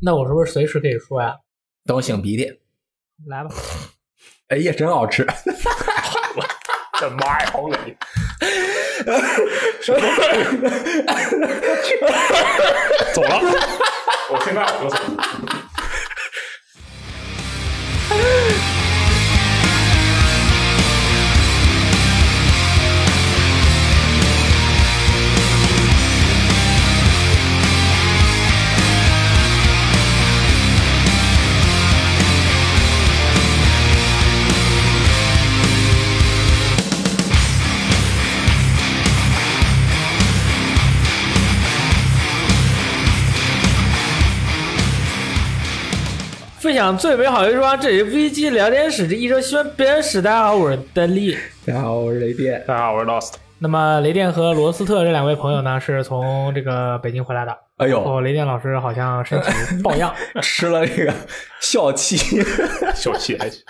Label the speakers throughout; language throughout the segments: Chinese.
Speaker 1: 那我是不是随时可以说呀？
Speaker 2: 等我擤鼻涕。
Speaker 1: 来吧，
Speaker 2: 哎呀，真好吃！
Speaker 3: 这妈呀，好恶心！走了，我现在我就走了。
Speaker 1: 分享 最美好游戏装，这里是 V G 聊天室，这一周新闻别人史。大家好，我是丹丽。
Speaker 2: 大家好，我是雷电。
Speaker 3: 大家好，我是 Lost。
Speaker 1: 那么雷电和罗斯特这两位朋友呢，是从这个北京回来的。
Speaker 2: 哎呦，
Speaker 1: 哦，雷电老师好像身体抱恙，
Speaker 2: 吃了这个笑气，
Speaker 3: 小气还行，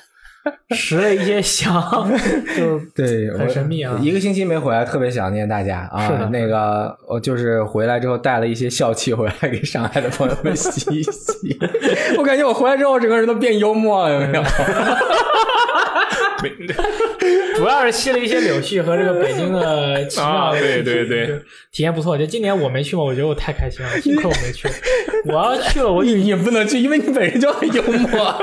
Speaker 1: 拾了一些翔， 就是
Speaker 2: 对，
Speaker 1: 很神秘啊
Speaker 2: 我一个星期没回来，特别想念大家啊。
Speaker 1: 是的
Speaker 2: 那个，我就是回来之后带了一些笑气回来，给上海的朋友们 吸一吸。 我感觉我回来之后，整个人都变幽默了，有没有？
Speaker 3: 没
Speaker 1: 主要是吸了一些柳絮和这个北京的奇妙
Speaker 3: 啊，
Speaker 1: 的
Speaker 3: 对对
Speaker 1: 就
Speaker 3: 对，
Speaker 1: 体验不错。就今年我没去嘛，我觉得我太开心了，幸亏我没 去。我要去了，我
Speaker 2: 你你不能去，因为你本身就很幽默。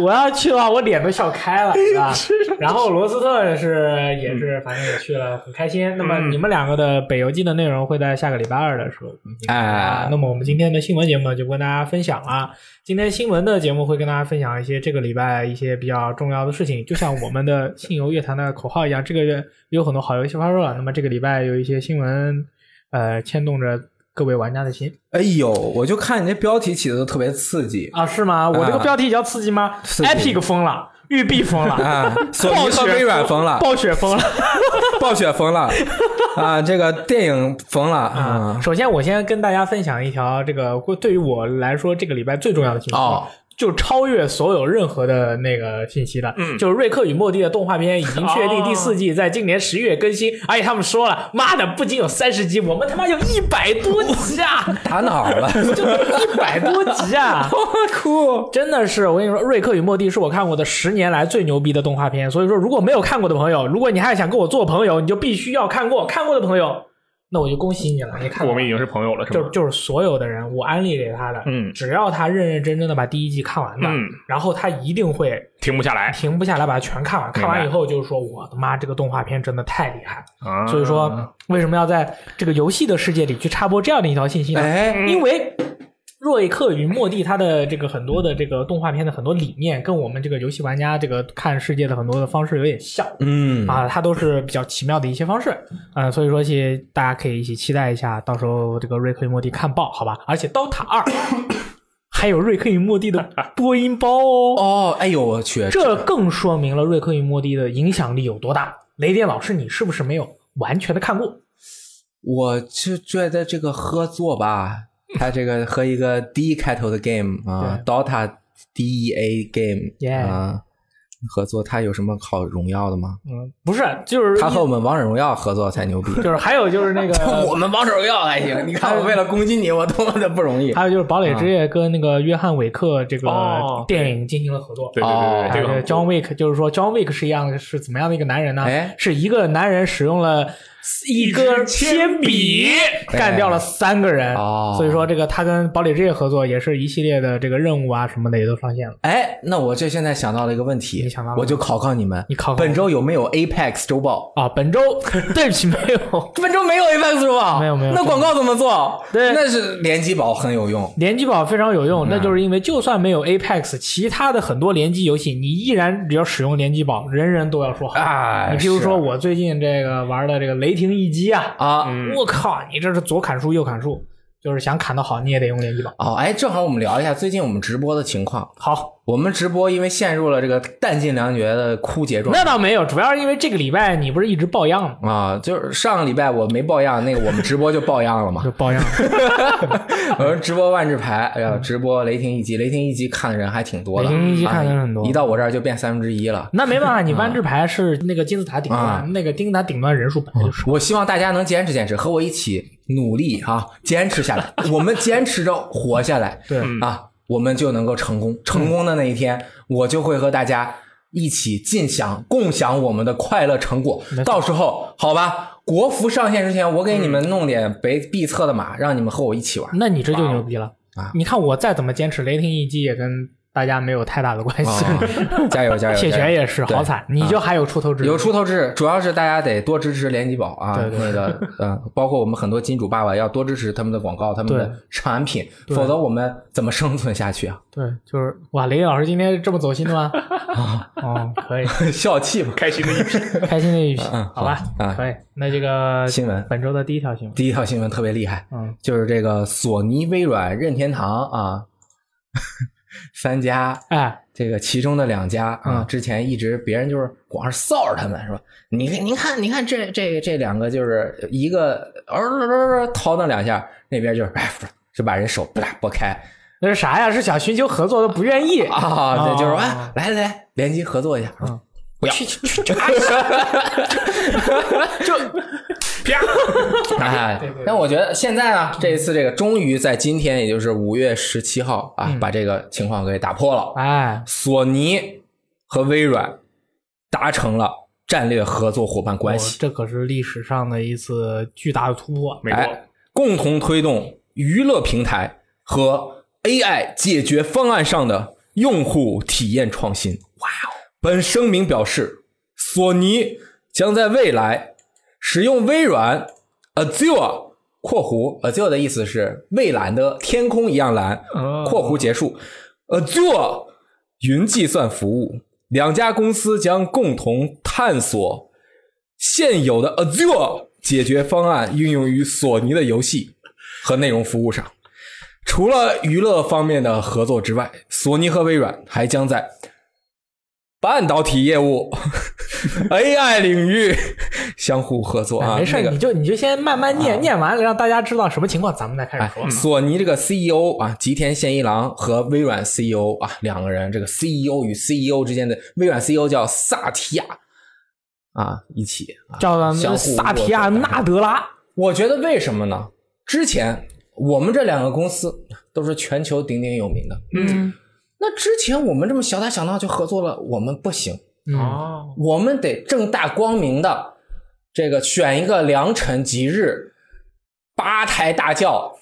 Speaker 1: 我要去的话，我脸都笑开了，是吧？然后罗斯特是也是，反正也去了，很开心。那么
Speaker 3: 嗯
Speaker 1: 你们两个的北游记的内容会在下个礼拜二的时候更新啊
Speaker 2: 哎。
Speaker 1: 那么我们今天的新闻节目呢，就不跟大家分享了。今天新闻的节目会跟大家分享一些这个礼拜一些比较重要的事情，就像我们的信游乐坛的口号一样，这个月有很多好游戏发售了。那么这个礼拜有一些新闻，呃，牵动着各位玩家的心
Speaker 2: 哎呦，我就看你这标题起的都特别刺激
Speaker 1: 啊，是吗？我这个
Speaker 2: 啊
Speaker 1: 标题比较刺激吗
Speaker 2: 刺激
Speaker 1: ？Epic 疯了，育碧疯了。
Speaker 2: 啊！ 索尼
Speaker 1: 暴
Speaker 2: 和
Speaker 1: 雪
Speaker 2: 微软疯了，
Speaker 1: 暴雪疯了
Speaker 2: 暴雪疯了啊！这个电影疯了
Speaker 1: 啊！
Speaker 2: 啊！
Speaker 1: 首先，我先跟大家分享一条这个对于我来说这个礼拜最重要的信息，
Speaker 2: 哦
Speaker 1: 就超越所有任何的那个信息的，
Speaker 3: 嗯
Speaker 1: 就是《瑞克与莫蒂》的动画片已经确定
Speaker 3: 哦
Speaker 1: 第四季在今年十月更新，而且他们说了，妈的，不仅有三十集，我们他妈有一百多集啊，
Speaker 2: 打哪 儿了？
Speaker 1: 就一百多集啊！
Speaker 2: 酷！
Speaker 1: 真的是，我跟你说，《瑞克与莫蒂》是我看过的十年来最牛逼的动画片。所以说，如果没有看过的朋友，如果你还想跟我做朋友，你就必须要看过。看过的朋友，那我就恭喜你了，你看
Speaker 3: 我
Speaker 1: 过。
Speaker 3: 们已经是朋友了，是
Speaker 1: 就
Speaker 3: 吗？
Speaker 1: 就是所有的人，我安利给他的，
Speaker 3: 嗯
Speaker 1: 只要他认认真真的把第一季看完了，
Speaker 3: 嗯
Speaker 1: 然后他一定会
Speaker 3: 停不下来
Speaker 1: 停不下来把它全看完。
Speaker 3: 白
Speaker 1: 看完以后就是说，我的妈，这个动画片真的太厉害了。
Speaker 3: 啊！
Speaker 1: 所以说，为什么要在这个游戏的世界里去插播这样的一条信息呢？
Speaker 2: 哎，
Speaker 1: 因为瑞克与莫蒂他的这个很多的这个动画片的很多理念，跟我们这个游戏玩家这个看世界的很多的方式有点像。
Speaker 2: 嗯
Speaker 1: 啊，它都是比较奇妙的一些方式，呃，所以说些大家可以一起期待一下，到时候这个瑞克与莫蒂看爆，好吧？而且《刀塔二》还有瑞克与莫蒂的播音包哦，
Speaker 2: 哦，哎呦我去！
Speaker 1: 这更说明了瑞克与莫蒂的影响力有多大。雷电老师，你是不是没有完全的看过？
Speaker 2: 我就觉得这个合作吧，它这个和一个 D 开头的 game 啊，Dota D E A
Speaker 1: Yeah
Speaker 2: game 啊，合作它有什么好荣耀的吗？
Speaker 1: 嗯，不是，就是
Speaker 2: 它和我们王者荣耀合作才牛逼。
Speaker 1: 就是还有就是那个
Speaker 2: 我们王者荣耀还行，你看我为了攻击你，我多么的不容易。
Speaker 1: 还有就是《堡垒之夜》跟那个约翰·韦克这个
Speaker 3: 哦
Speaker 1: 电影进行了合作。
Speaker 3: 对对对
Speaker 2: 哦
Speaker 3: 对，这
Speaker 1: 啊
Speaker 3: 个很
Speaker 1: ，John Wick 就是说，John Wick 是一样是怎么样的一个男人呢
Speaker 2: 哎？
Speaker 1: 是一个男人使用了一根铅笔
Speaker 2: 哎
Speaker 1: 干掉了三个人
Speaker 2: 哦，
Speaker 1: 所以说这个他跟《堡垒之夜》合作也是一系列的这个任务啊什么的也都上线了。
Speaker 2: 哎，那我这现在想到了一个问题，
Speaker 1: 你想到了吗
Speaker 2: 我就考考你们，
Speaker 1: 你考考我
Speaker 2: 本周有没有 Apex 周报？
Speaker 1: 啊，本周 对不起没有。
Speaker 2: 本周没有 Apex 周报，
Speaker 1: 没有没有
Speaker 2: 那广告怎么做？
Speaker 1: 对
Speaker 2: 那是联机宝很有用。
Speaker 1: 联机宝非常有用，那就是因为就算没有 Apex，其他的很多联机游戏，你依然只要使用联机宝，人人都要说好。
Speaker 2: 哎
Speaker 1: 你譬如
Speaker 2: 是
Speaker 1: 说我最近这个玩的这个《雷霆一击》啊，
Speaker 2: 啊，
Speaker 3: 嗯
Speaker 1: 我靠，你这是左砍树右砍树，就是想砍得好，你也得用连击宝。
Speaker 2: 哦，哎，正好我们聊一下最近我们直播的情况。
Speaker 1: 好，
Speaker 2: 我们直播因为陷入了这个弹尽粮绝的枯竭状态
Speaker 1: 那倒没有，主要是因为这个礼拜你不是一直抱恙吗？
Speaker 2: 啊，就是上个礼拜我没抱恙，那个我们直播就抱恙了嘛
Speaker 1: 就。抱恙，
Speaker 2: 我们直播万智牌，哎呀，直播雷霆一击，雷霆一击看的人还挺多的，
Speaker 1: 嗯雷霆一击看的人很多
Speaker 2: 啊一到我这儿就变三分之一了。
Speaker 1: 那没办法，你万智牌是那个金字塔顶端，
Speaker 2: 啊
Speaker 1: 那个金字塔顶端人数本来就少。
Speaker 2: 我希望大家能坚持坚持，和我一起努力啊，坚持下来，我们坚持着活下来。
Speaker 3: 嗯
Speaker 1: 对
Speaker 2: 啊，我们就能够成
Speaker 1: 嗯
Speaker 2: 功。成功的那一天，我就会和大家一起尽享、共享我们的快乐成果
Speaker 1: 没错。
Speaker 2: 到时候，好吧，国服上线之前，我给你们弄点北必测的码，让你们和我一起 玩。
Speaker 1: 那你这就牛逼了
Speaker 2: 啊！
Speaker 1: 你看我再怎么坚持，雷霆一击也跟大家没有太大的关系。
Speaker 2: 哦加油加油！
Speaker 1: 铁
Speaker 2: 加油
Speaker 1: 拳也是，
Speaker 2: 对啊
Speaker 1: 好惨，你就还有出头之日。
Speaker 2: 有出头之日，主要是大家得多支持联机宝啊，
Speaker 1: 对对
Speaker 2: 那个呃，包括我们很多金主爸爸要多支持他们的广告、他们
Speaker 1: 对
Speaker 2: 的产品，
Speaker 1: 对
Speaker 2: 否则我们怎么生存下去啊？
Speaker 1: 对，就是哇，雷老师今天这么走心的吗？哦，可以，
Speaker 2: 啊 笑气嘛。
Speaker 3: 开心的一批。
Speaker 1: 开心的一批，
Speaker 2: 嗯嗯
Speaker 1: 好吧，
Speaker 2: 好啊
Speaker 1: 可以。那这个
Speaker 2: 新闻
Speaker 1: 本周的第一条新闻，
Speaker 2: 第一条新闻特别厉害，
Speaker 1: 嗯，
Speaker 2: 就是这个索尼、微软、任天堂啊， 三家
Speaker 1: 哎，
Speaker 2: 这个其中的两家啊，
Speaker 1: 嗯
Speaker 2: 之前一直别人就是光是臊着他们说，你看您看你看这这这两个就是一个嗷嗷嗷嗷掏那两下，那边就是哎，就把人手啪拨开
Speaker 1: 那是啥呀？是想寻求合作的不愿意。
Speaker 2: 啊，对，就是说
Speaker 1: 啊
Speaker 2: 啊，来来来，联机合作一下，啊
Speaker 1: 嗯
Speaker 2: 不要，
Speaker 3: 啪！
Speaker 2: 哎
Speaker 1: 对对对，
Speaker 2: 但我觉得现在呢，这一次这个终于在今天，也就是五月十七号啊，
Speaker 1: 嗯
Speaker 2: 把这个情况给打破了。
Speaker 1: 哎，
Speaker 2: 索尼和微软达成了战略合作伙伴关
Speaker 1: 哦
Speaker 2: 系，
Speaker 1: 这可是历史上的一次巨大的突破。
Speaker 3: 美国
Speaker 2: 哎，共同推动娱乐平台和 AI 解决方案上的用户体验创新。哇哦！本声明表示，索尼将在未来使用微软 Azure（括弧 Azure 的意思是蔚蓝的天空一样蓝）
Speaker 1: 哦
Speaker 2: 嗯括弧结束 Azure 云计算服务。两家公司将共同探索现有的 Azure 解决方案运用于索尼的游戏和内容服务上。除了娱乐方面的合作之外，索尼和微软还将在半导体业务、AI 领域相互合作
Speaker 1: 哎
Speaker 2: 啊。
Speaker 1: 没事，
Speaker 2: 那个啊
Speaker 1: 你就你就先慢慢念，念完了让大家知道什么情况，咱们再开始
Speaker 2: 哎
Speaker 1: 说。，
Speaker 2: 索尼这个 CEO 啊，吉田宪一郎和微软 CEO 啊，两个人这个 CEO 与 CEO 之间的，微软 CEO 叫萨提亚啊，一起啊
Speaker 1: 叫
Speaker 2: 相互
Speaker 1: 萨提亚
Speaker 2: 握手
Speaker 1: 纳德拉，
Speaker 2: 我觉得为什么呢？之前我们这两个公司都是全球鼎鼎有名的，
Speaker 1: 嗯，
Speaker 2: 那之前我们这么小打小闹就合作了，我们不行，
Speaker 1: 嗯，
Speaker 3: 哦，
Speaker 2: 我们得正大光明的这个选一个良辰吉日，八抬大轿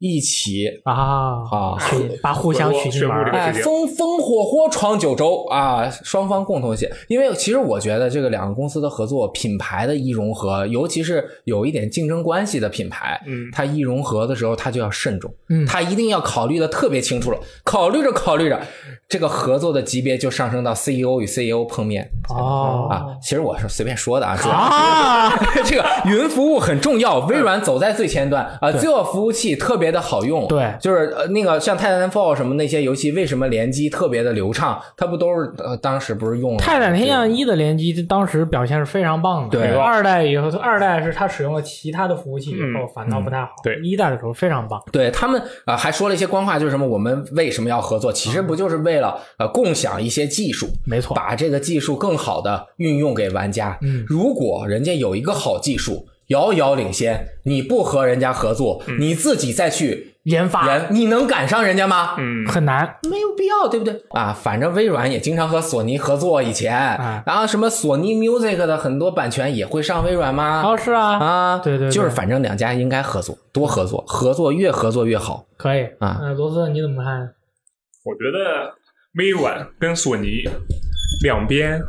Speaker 2: 一起
Speaker 1: 啊，
Speaker 2: 啊
Speaker 1: 取把互相取进门
Speaker 3: 宣布这
Speaker 1: 儿
Speaker 3: 个
Speaker 2: 哎，
Speaker 3: 事情
Speaker 2: 风风火火闯九州啊！双方共同写，因为其实我觉得这个两个公司的合作，品牌的一融合，尤其是有一点竞争关系的品牌，
Speaker 3: 嗯
Speaker 2: 它一融合的时候，它就要慎重，
Speaker 1: 嗯
Speaker 2: 它一定要考虑的特别清楚了。考虑着考虑着，这个合作的级别就上升到 CEO 与 CEO 碰面
Speaker 1: 哦
Speaker 2: 啊。其实我是随便说的啊，主 要
Speaker 1: 啊，
Speaker 2: 这个云服务很重要，微软走在最前端啊、呃
Speaker 1: 对
Speaker 2: z o 服务器特别的好用，
Speaker 1: 对
Speaker 2: 就是呃那个像《泰坦 fall》什么那些游戏，为什么联机特别的流畅？它不都是呃当时不是用了
Speaker 1: 泰坦天降
Speaker 2: 这个
Speaker 1: 一的联机当时表现是非常棒的，
Speaker 2: 对
Speaker 1: 这个二代以后，二代是它使用了其他的服务器以后
Speaker 3: 嗯
Speaker 1: 反倒不太好，
Speaker 3: 对
Speaker 1: 一代的时候非常棒，
Speaker 2: 对他们啊、呃还说了一些官话，就是什么我们为什么要合作？
Speaker 1: 啊
Speaker 2: 其实不就是为了呃共享一些技术，
Speaker 1: 没错，
Speaker 2: 把这个技术更好的运用给玩家。
Speaker 1: 嗯
Speaker 2: 如果人家有一个好技术，遥遥领先，你不和人家合作，
Speaker 1: 嗯
Speaker 2: 你自己再去
Speaker 1: 研发
Speaker 2: 研，你能赶上人家吗？
Speaker 3: 嗯，
Speaker 1: 很难，
Speaker 2: 没有必要，对不对啊？反正微软也经常和索尼合作，以前，
Speaker 1: 哎
Speaker 2: 然后什么索尼 Music 的很多版权也会上微软吗？
Speaker 1: 哦，是啊，
Speaker 2: 啊，
Speaker 1: 对对对
Speaker 2: 就是反正两家应该合作，多合作，合作越合作越好。
Speaker 1: 可以
Speaker 2: 啊
Speaker 1: 呃罗斯你怎么看？
Speaker 3: 我觉得微软跟索尼两边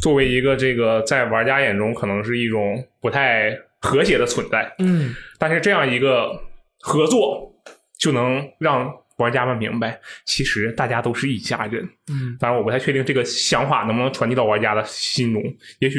Speaker 3: 作为一个这个在玩家眼中可能是一种不太和谐的存在，
Speaker 1: 嗯，
Speaker 3: 但是这样一个合作就能让玩家们明白，其实大家都是一家人。
Speaker 1: 嗯，
Speaker 3: 当然，我不太确定这个想法能不能传递到玩家的心中。也许，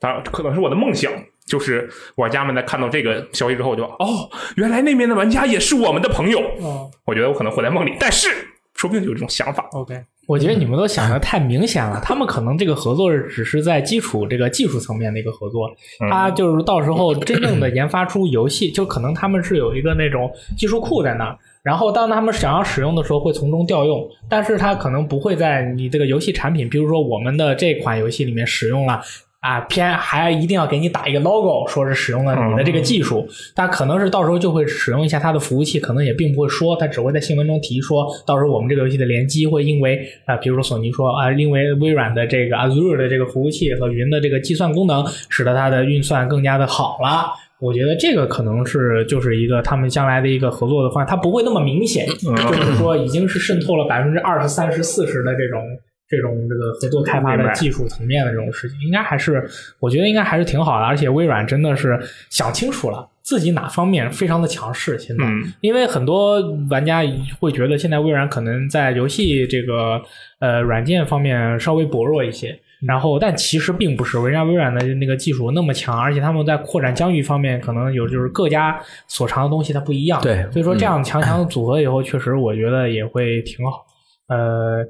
Speaker 3: 当然可能是我的梦想，就是玩家们在看到这个消息之后就哦，原来那边的玩家也是我们的朋友。
Speaker 1: 哦
Speaker 3: 我觉得我可能活在梦里，但是说不定就有这种想法。
Speaker 1: ，OK。我觉得你们都想的太明显了，他们可能这个合作只是在基础这个技术层面的一个合作，他就是到时候真正的研发出游戏，就可能他们是有一个那种技术库在那儿，然后当他们想要使用的时候会从中调用，但是它可能不会在你这个游戏产品，比如说我们的这款游戏里面使用了。啊，偏还一定要给你打一个 logo，说是使用了你的这个技术，但可能是到时候就会使用一下它的服务器，可能也并不会说，它只会在新闻中提说，到时候我们这个游戏的联机会因为啊、比如说索尼说啊、因为微软的这个 Azure 的这个服务器和云的这个计算功能，使得它的运算更加的好了。我觉得这个可能是就是一个他们将来的一个合作的方向，它不会那么明显，
Speaker 3: 嗯
Speaker 1: 就是说已经是渗透了百分之二十、三十、四十的这种这种这个合作开发
Speaker 3: 明
Speaker 1: 的
Speaker 3: 白
Speaker 1: 技术层面的这种事情，应该还是我觉得应该还是挺好的，而且微软真的是想清楚了自己哪方面非常的强势，现在。
Speaker 3: 嗯，
Speaker 1: 因为很多玩家会觉得现在微软可能在游戏这个呃软件方面稍微薄弱一些，
Speaker 3: 嗯
Speaker 1: 然后但其实并不是，人家微软的那个技术那么强，而且他们在扩展疆域方面可能有就是各家所长的东西它不一样，
Speaker 2: 对
Speaker 1: 所以
Speaker 3: 嗯
Speaker 1: 说这样强强组合以后，确实我觉得也会挺好，呃。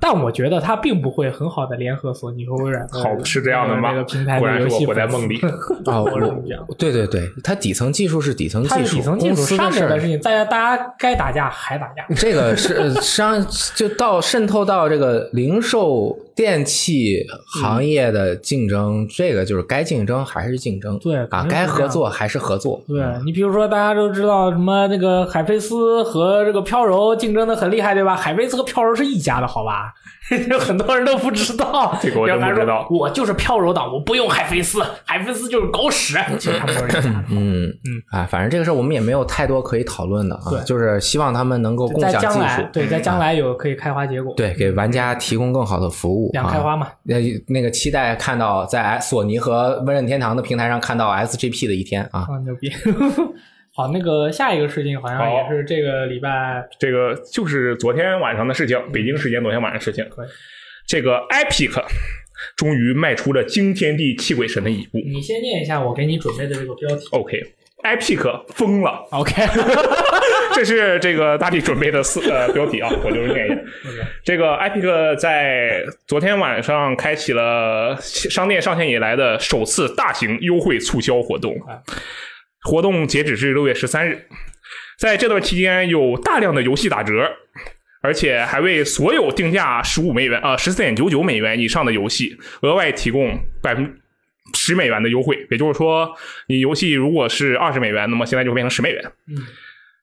Speaker 1: 但我觉得它并不会很好的联合索尼和微软的，
Speaker 3: 好是这样的吗
Speaker 1: 那个平台？
Speaker 3: 果
Speaker 1: 的
Speaker 3: 然
Speaker 1: 游
Speaker 3: 是
Speaker 1: 戏
Speaker 3: 我活在 梦里。
Speaker 2: 啊，
Speaker 1: 哦我
Speaker 2: 我 对对对，它底层技术是底层
Speaker 1: 它
Speaker 2: 技
Speaker 1: 是
Speaker 2: 术，
Speaker 1: 底层技
Speaker 2: 公
Speaker 1: 术
Speaker 2: 司
Speaker 1: 上面
Speaker 2: 事
Speaker 1: 的
Speaker 2: 儿
Speaker 1: 事情，大家大家该打架还打架，
Speaker 2: 这个是呃商就到渗透到这个零售电器行业的竞争，这个就是该竞争还是竞争，
Speaker 1: 嗯对肯定
Speaker 2: 啊
Speaker 1: 是，
Speaker 2: 该
Speaker 1: 这
Speaker 2: 合
Speaker 1: 样
Speaker 2: 作还是合作，
Speaker 1: 对
Speaker 3: 嗯
Speaker 1: 你比如说，大家都知道什么那个海飞丝和这个飘柔竞争的很厉害，对吧？海飞丝和飘柔是一家的，好吧？ 有很多人都不知道，
Speaker 3: 这个我真不知
Speaker 1: 然
Speaker 3: 道
Speaker 1: 后还说我就是飘柔党，我不用海飞丝，海飞丝就是狗屎。
Speaker 3: 嗯
Speaker 1: 其实他们都是一家的。
Speaker 2: 嗯嗯啊，反正这个事儿我们也没有太多可以讨论的啊
Speaker 1: 对，
Speaker 2: 就是希望他们能够
Speaker 3: 嗯
Speaker 2: 共
Speaker 1: 在
Speaker 2: 享
Speaker 1: 将
Speaker 2: 技术
Speaker 1: 来，，对，在将来有可以开花结果，，
Speaker 2: 对，给玩家提供更好的服务，
Speaker 1: 两开
Speaker 2: 啊
Speaker 1: 花嘛。
Speaker 2: 那那个期待看到在索尼和温任天堂的平台上看到 SGP 的一天啊，
Speaker 1: 啊，牛逼！ 好，那个下一个事情好像也
Speaker 3: 好
Speaker 1: 是这个礼拜，
Speaker 3: 这个就是昨天晚上的事情，北京时间昨天晚上的事情
Speaker 1: 可以。
Speaker 3: 这个 Epic 终于迈出了惊天地泣鬼神的一步。
Speaker 1: 你先念一下我给你准备的这个标题。
Speaker 3: OK，Epic 疯了，
Speaker 1: OK，
Speaker 3: 这是这个大力准备的四呃标题啊，我就是念一下。这个 Epic 在昨天晚上开启了商店上线以来的首次大型优惠促销活动
Speaker 1: 哎，
Speaker 3: 活动截止至六月十三日。在这段期间，有大量的游戏打折，而且还为所有定价十五美元啊十四点九九美元以上的游戏额外提供百分十美元的优惠。也就是说，你游戏如果是二十美元，那么现在就变成十美元。
Speaker 1: 嗯，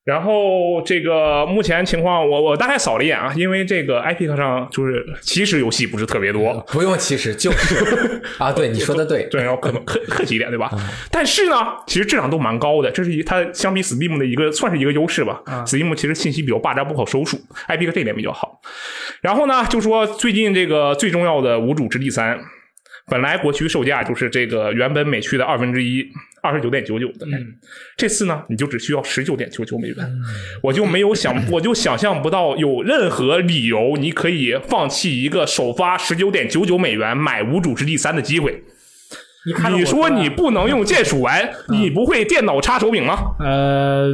Speaker 3: 然后这个目前情况我，我大概扫了一眼啊，因为这个 Epic 上就是其实游戏不是特别多，
Speaker 2: 不用，其实就是 啊，对你说的 对，
Speaker 3: 对，然后可能客客气一点，对吧？
Speaker 1: 嗯
Speaker 3: 但是呢，其实质量都蛮高的，这是一它相比 Steam 的一个算是一个优势吧。
Speaker 1: 嗯
Speaker 3: Steam 其实信息比较爆炸，不好收束，Epic 这一点比较好。然后呢，就说最近这个最重要的《无主之地三》，本来国区售价就是这个原本美区的二分之一，二十九点九九的，
Speaker 1: 嗯
Speaker 3: 这次呢，你就只需要十九点九九美元，我就没有想，我就想象不到有任何理由你可以放弃一个首发十九点九九美元买《无主之地三》的机会。
Speaker 1: 你看着
Speaker 3: 你
Speaker 1: 我
Speaker 3: 说
Speaker 1: 吧
Speaker 3: 你不能用键鼠玩，你不会电脑插手柄啊吗？
Speaker 1: 呃，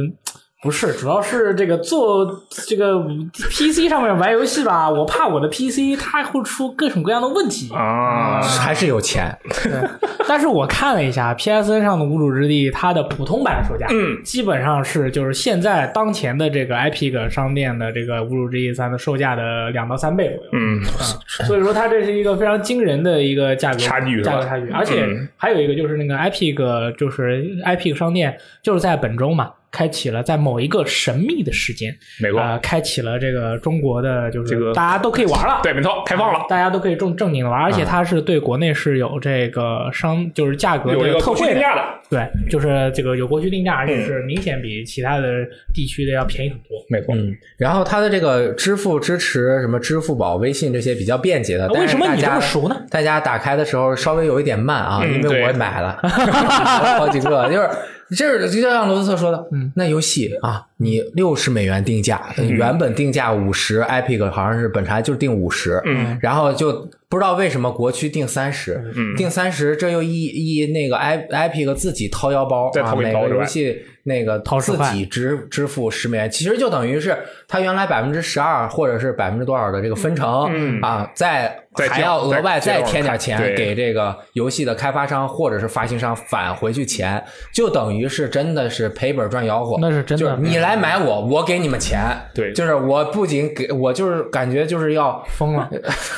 Speaker 1: 不是，主要是这个做这个 PC 上面玩游戏吧，我怕我的 PC 它会出各种各样的问题。
Speaker 3: 啊，
Speaker 2: 还是有钱，
Speaker 1: 对，但是我看了一下 PSN 上的《无主之地》，它的普通版售价，
Speaker 3: 嗯
Speaker 1: 基本上是就是现在当前的这个 Epic 商店的这个《无主之地三》的售价的两到三倍左右。
Speaker 3: 嗯，
Speaker 1: 所以说它这是一个非常惊人的一个价格
Speaker 3: 差距是吧
Speaker 1: 价格差距，而且
Speaker 3: 嗯
Speaker 1: 还有一个就是那个 Epic，就是 Epic 商店，就是在本周嘛，开启了在某一个神秘的时间，
Speaker 3: 没错
Speaker 1: 啊，开启了这个中国的，就是
Speaker 3: 这个
Speaker 1: 大家都可以玩了，
Speaker 3: 对，没错，开放了，嗯
Speaker 1: 大家都可以正正经的玩，而且它是对国内是有这个商，就是价格
Speaker 3: 有一
Speaker 1: 的
Speaker 3: 个
Speaker 1: 特
Speaker 3: 特
Speaker 1: 惠
Speaker 3: 定
Speaker 1: 的，
Speaker 3: 价的，
Speaker 1: 对，就是这个有国区定价，而且是明显比其他的地区的要便宜很多。
Speaker 3: 没错。
Speaker 2: 嗯，然后它的这个支付支持什么支付宝、微信这些比较便捷的，
Speaker 1: 那啊为什么
Speaker 2: 但
Speaker 1: 你
Speaker 2: 是
Speaker 1: 这
Speaker 2: 大
Speaker 1: 么
Speaker 2: 家
Speaker 1: 熟呢？
Speaker 2: 大家打开的时候稍微有一点慢啊，
Speaker 3: 嗯
Speaker 2: 因为我也买了好几个，就是这就像罗斯特说的，
Speaker 1: 嗯
Speaker 2: 那游戏啊，你六十美元定价，原本定价五十，Epic 好像是本台就是定五十，
Speaker 3: 嗯，
Speaker 2: 然后就不知道为什么国区定三十，
Speaker 3: 嗯
Speaker 2: 定三十，这又一一那个 i Epic 自己掏腰包，
Speaker 3: 再
Speaker 2: 啊
Speaker 3: 掏一
Speaker 2: 每
Speaker 3: 刀
Speaker 2: 个
Speaker 3: 是吧
Speaker 2: 游戏那个
Speaker 1: 掏十
Speaker 2: 自
Speaker 1: 块
Speaker 2: 己支支付十美元，其实就等于是他原来百分之十二或者是百分之多少的这个分成、
Speaker 3: 嗯
Speaker 2: 啊，再
Speaker 3: 再
Speaker 2: 还要
Speaker 3: 加
Speaker 2: 额外
Speaker 3: 再
Speaker 2: 再
Speaker 3: 加
Speaker 2: 添点钱
Speaker 3: 对
Speaker 2: 给这个游戏的开发商或者是发行商返回去钱，就等于是真的是赔本赚吆喝，
Speaker 1: 那是真的
Speaker 2: 就是你来买我，我给你们钱。
Speaker 3: 对
Speaker 2: 就是我不仅给我，就是感觉就是要
Speaker 1: 疯了，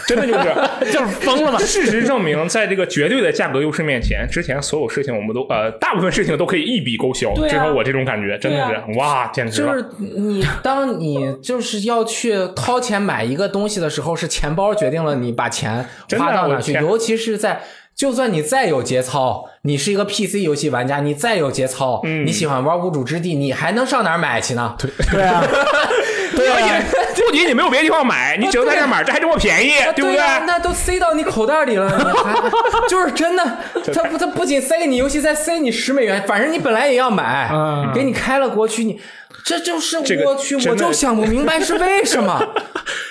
Speaker 3: 真的就是！
Speaker 1: 就是疯了嘛
Speaker 3: 事实证明，在这个绝对的价格优势面前，之前所有事情我们都呃，大部分事情都可以一笔勾销。
Speaker 2: 对啊
Speaker 3: 至少我这种感觉真的是、
Speaker 2: 对啊
Speaker 3: 哇，简直
Speaker 2: 就
Speaker 3: 了！
Speaker 2: 是 你，当你就是要去掏钱买一个东西的时候，是钱包决定了你把钱
Speaker 3: 真的啊
Speaker 2: 花到
Speaker 3: 我
Speaker 2: 哪
Speaker 3: 的
Speaker 2: 去，
Speaker 3: 天
Speaker 2: 尤其是在。就算你再有节操，你是一个 PC 游戏玩家，你再有节操，
Speaker 3: 嗯
Speaker 2: 你喜欢玩《无主之地》，你还能上哪儿买去呢？对
Speaker 1: 对 啊，
Speaker 3: 对啊，不仅你没有别的地方买，你只能在这儿买，这还这么便宜，对不
Speaker 2: 啊对
Speaker 3: 对？
Speaker 2: 呀那都塞到你口袋里了，你 还就是真的，他不他不仅塞给你游戏，再塞你十美元，反正你本来也要买，
Speaker 1: 嗯
Speaker 2: 给你开了国区，你这就是
Speaker 3: 这个
Speaker 2: 我去，
Speaker 3: 真的
Speaker 2: 我就想不明白是为什 么。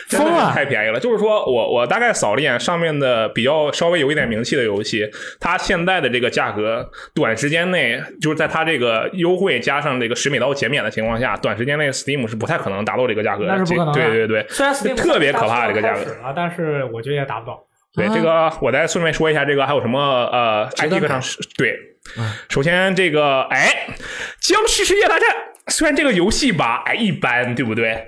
Speaker 3: 真的
Speaker 1: 疯了
Speaker 3: 是太便宜了。就是说我我大概扫了一眼上面的比较稍微有一点名气的游戏，它现在的这个价格，短时间内就是在它这个优惠加上这个十美刀减免的情况下，短时间内 Steam 是不太可能达到这个价格的。
Speaker 1: 那是不可能的啊
Speaker 3: 这对对对，
Speaker 1: 虽然 Steam
Speaker 3: 特别可怕
Speaker 1: 大
Speaker 3: 这个价格
Speaker 1: 开始了，但是我觉得也达不到。
Speaker 3: 对，
Speaker 2: 啊
Speaker 3: 这个我再顺便说一下，这个还有什么呃
Speaker 2: 值得
Speaker 3: ，IP 课上是对。
Speaker 1: 嗯
Speaker 3: 首先，这个哎，《僵尸世界大战》虽然这个游戏吧，哎一般，对不对？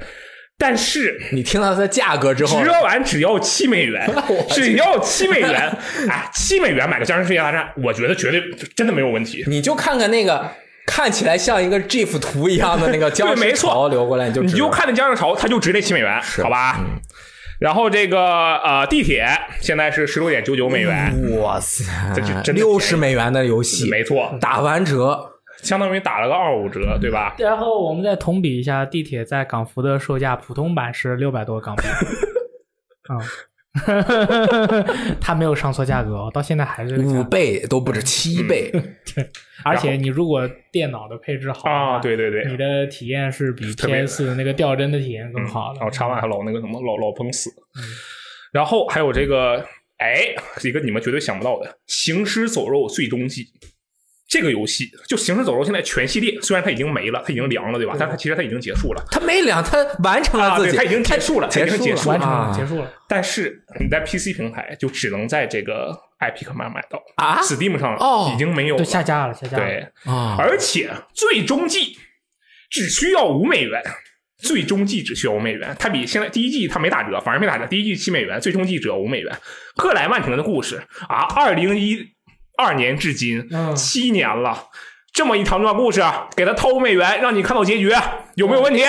Speaker 3: 但是
Speaker 2: 你听到它的价格之后，
Speaker 3: 折完只要七美元
Speaker 2: 哦 我，
Speaker 3: 只要七美元， 哎，七美元买个《僵尸世界大战》，我觉得绝对真的没有问题。
Speaker 2: 你就看看那个看起来像一个 GIF 图一样的那个 僵
Speaker 3: 没
Speaker 2: 尸
Speaker 3: 错
Speaker 2: 潮流过来，你就
Speaker 3: 你
Speaker 2: 知道
Speaker 3: 就看那僵尸潮，它就值那七美元，好吧？
Speaker 2: 嗯
Speaker 3: 然后这个呃，地铁现在是十六点九九美元，
Speaker 2: 哇塞
Speaker 3: 这就，真的
Speaker 2: 六十美元的游戏
Speaker 3: 没错，
Speaker 2: 打完折，
Speaker 3: 相当于打了个二五折，对吧？
Speaker 1: 然后我们再同比一下，地铁在港服的售价，普通版是六百多 港币。嗯， 它没有上错价格哦，到现在还是这个价
Speaker 2: 五
Speaker 1: 格。
Speaker 2: 倍都不止七
Speaker 3: 嗯
Speaker 2: 倍，
Speaker 1: 而且你如果电脑的配置好的话
Speaker 3: 啊，对对对，
Speaker 1: 你的体验是比
Speaker 3: 特别
Speaker 1: PS 的那个掉帧的体验更好的。
Speaker 3: 嗯
Speaker 1: 嗯
Speaker 3: 然后插完还老那个什么老老崩死，然后还有这个哎，一个你们绝对想不到的《行尸走肉最终季》这个游戏，就《行尸走肉》现在全系列虽然它已经没了，它已经凉了，对吧？但它其实它已经结束了。
Speaker 2: 他没两，他完成了
Speaker 3: 啊，
Speaker 2: 自
Speaker 3: 对，
Speaker 2: 己，
Speaker 3: 它已经结束了，它已经结束
Speaker 1: 完成
Speaker 3: 了。
Speaker 1: 了，
Speaker 2: 啊
Speaker 1: 结束了。
Speaker 3: 但是你在 PC 平台就只能在这个 Epic 买买到
Speaker 2: 啊
Speaker 3: ，Steam 上
Speaker 2: 哦
Speaker 3: 已经没有了
Speaker 1: 对，。下架了，下架了。
Speaker 3: 对，
Speaker 2: 啊，
Speaker 3: 而且最终季只需要五美元，最终季只需要五美元，它比现在第一季它没打折，反而没打折，第一季七美元，最终季只要五美元。克莱曼廷的故事啊，二零一二年至今、
Speaker 1: 嗯
Speaker 3: 七年了。这么一长段故事，啊给他掏五美元，让你看到结局，有没有问题？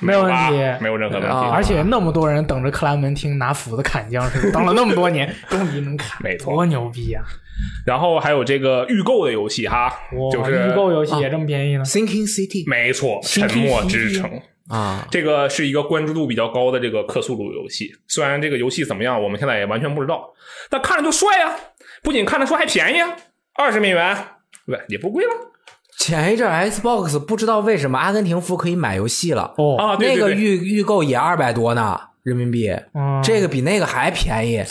Speaker 1: 没有问
Speaker 3: 吧
Speaker 1: 题
Speaker 3: 没有任何问题。
Speaker 2: 啊
Speaker 1: 而且那么多人等着克莱门汀拿斧子砍僵尸，等了那么多年，终于能砍，
Speaker 3: 没错
Speaker 1: 多牛逼啊！
Speaker 3: 然后还有这个预购的游戏哈，
Speaker 1: 哇
Speaker 3: 就是
Speaker 1: 预购游戏也这么便宜呢？
Speaker 2: Thinking City
Speaker 3: 没错，
Speaker 1: 新
Speaker 3: 《沉
Speaker 1: 奇
Speaker 3: 默
Speaker 1: 新
Speaker 3: 之
Speaker 1: 奇
Speaker 3: 城》
Speaker 2: 啊，
Speaker 3: 这个是一个关注度比较高的这个克苏鲁游戏，虽然这个游戏怎么样，我们现在也完全不知道，但看着就帅呀、不仅看着帅，还便宜啊，二十美元，对，也不贵了
Speaker 2: 前一阵儿 Xbox 不知道为什么阿根廷服可以买游戏了，
Speaker 1: 哦，
Speaker 3: 啊。对
Speaker 2: 那个
Speaker 3: 对对，啊
Speaker 2: 预预购也二百多呢人民币，
Speaker 1: 嗯
Speaker 2: 这个比那个还便宜。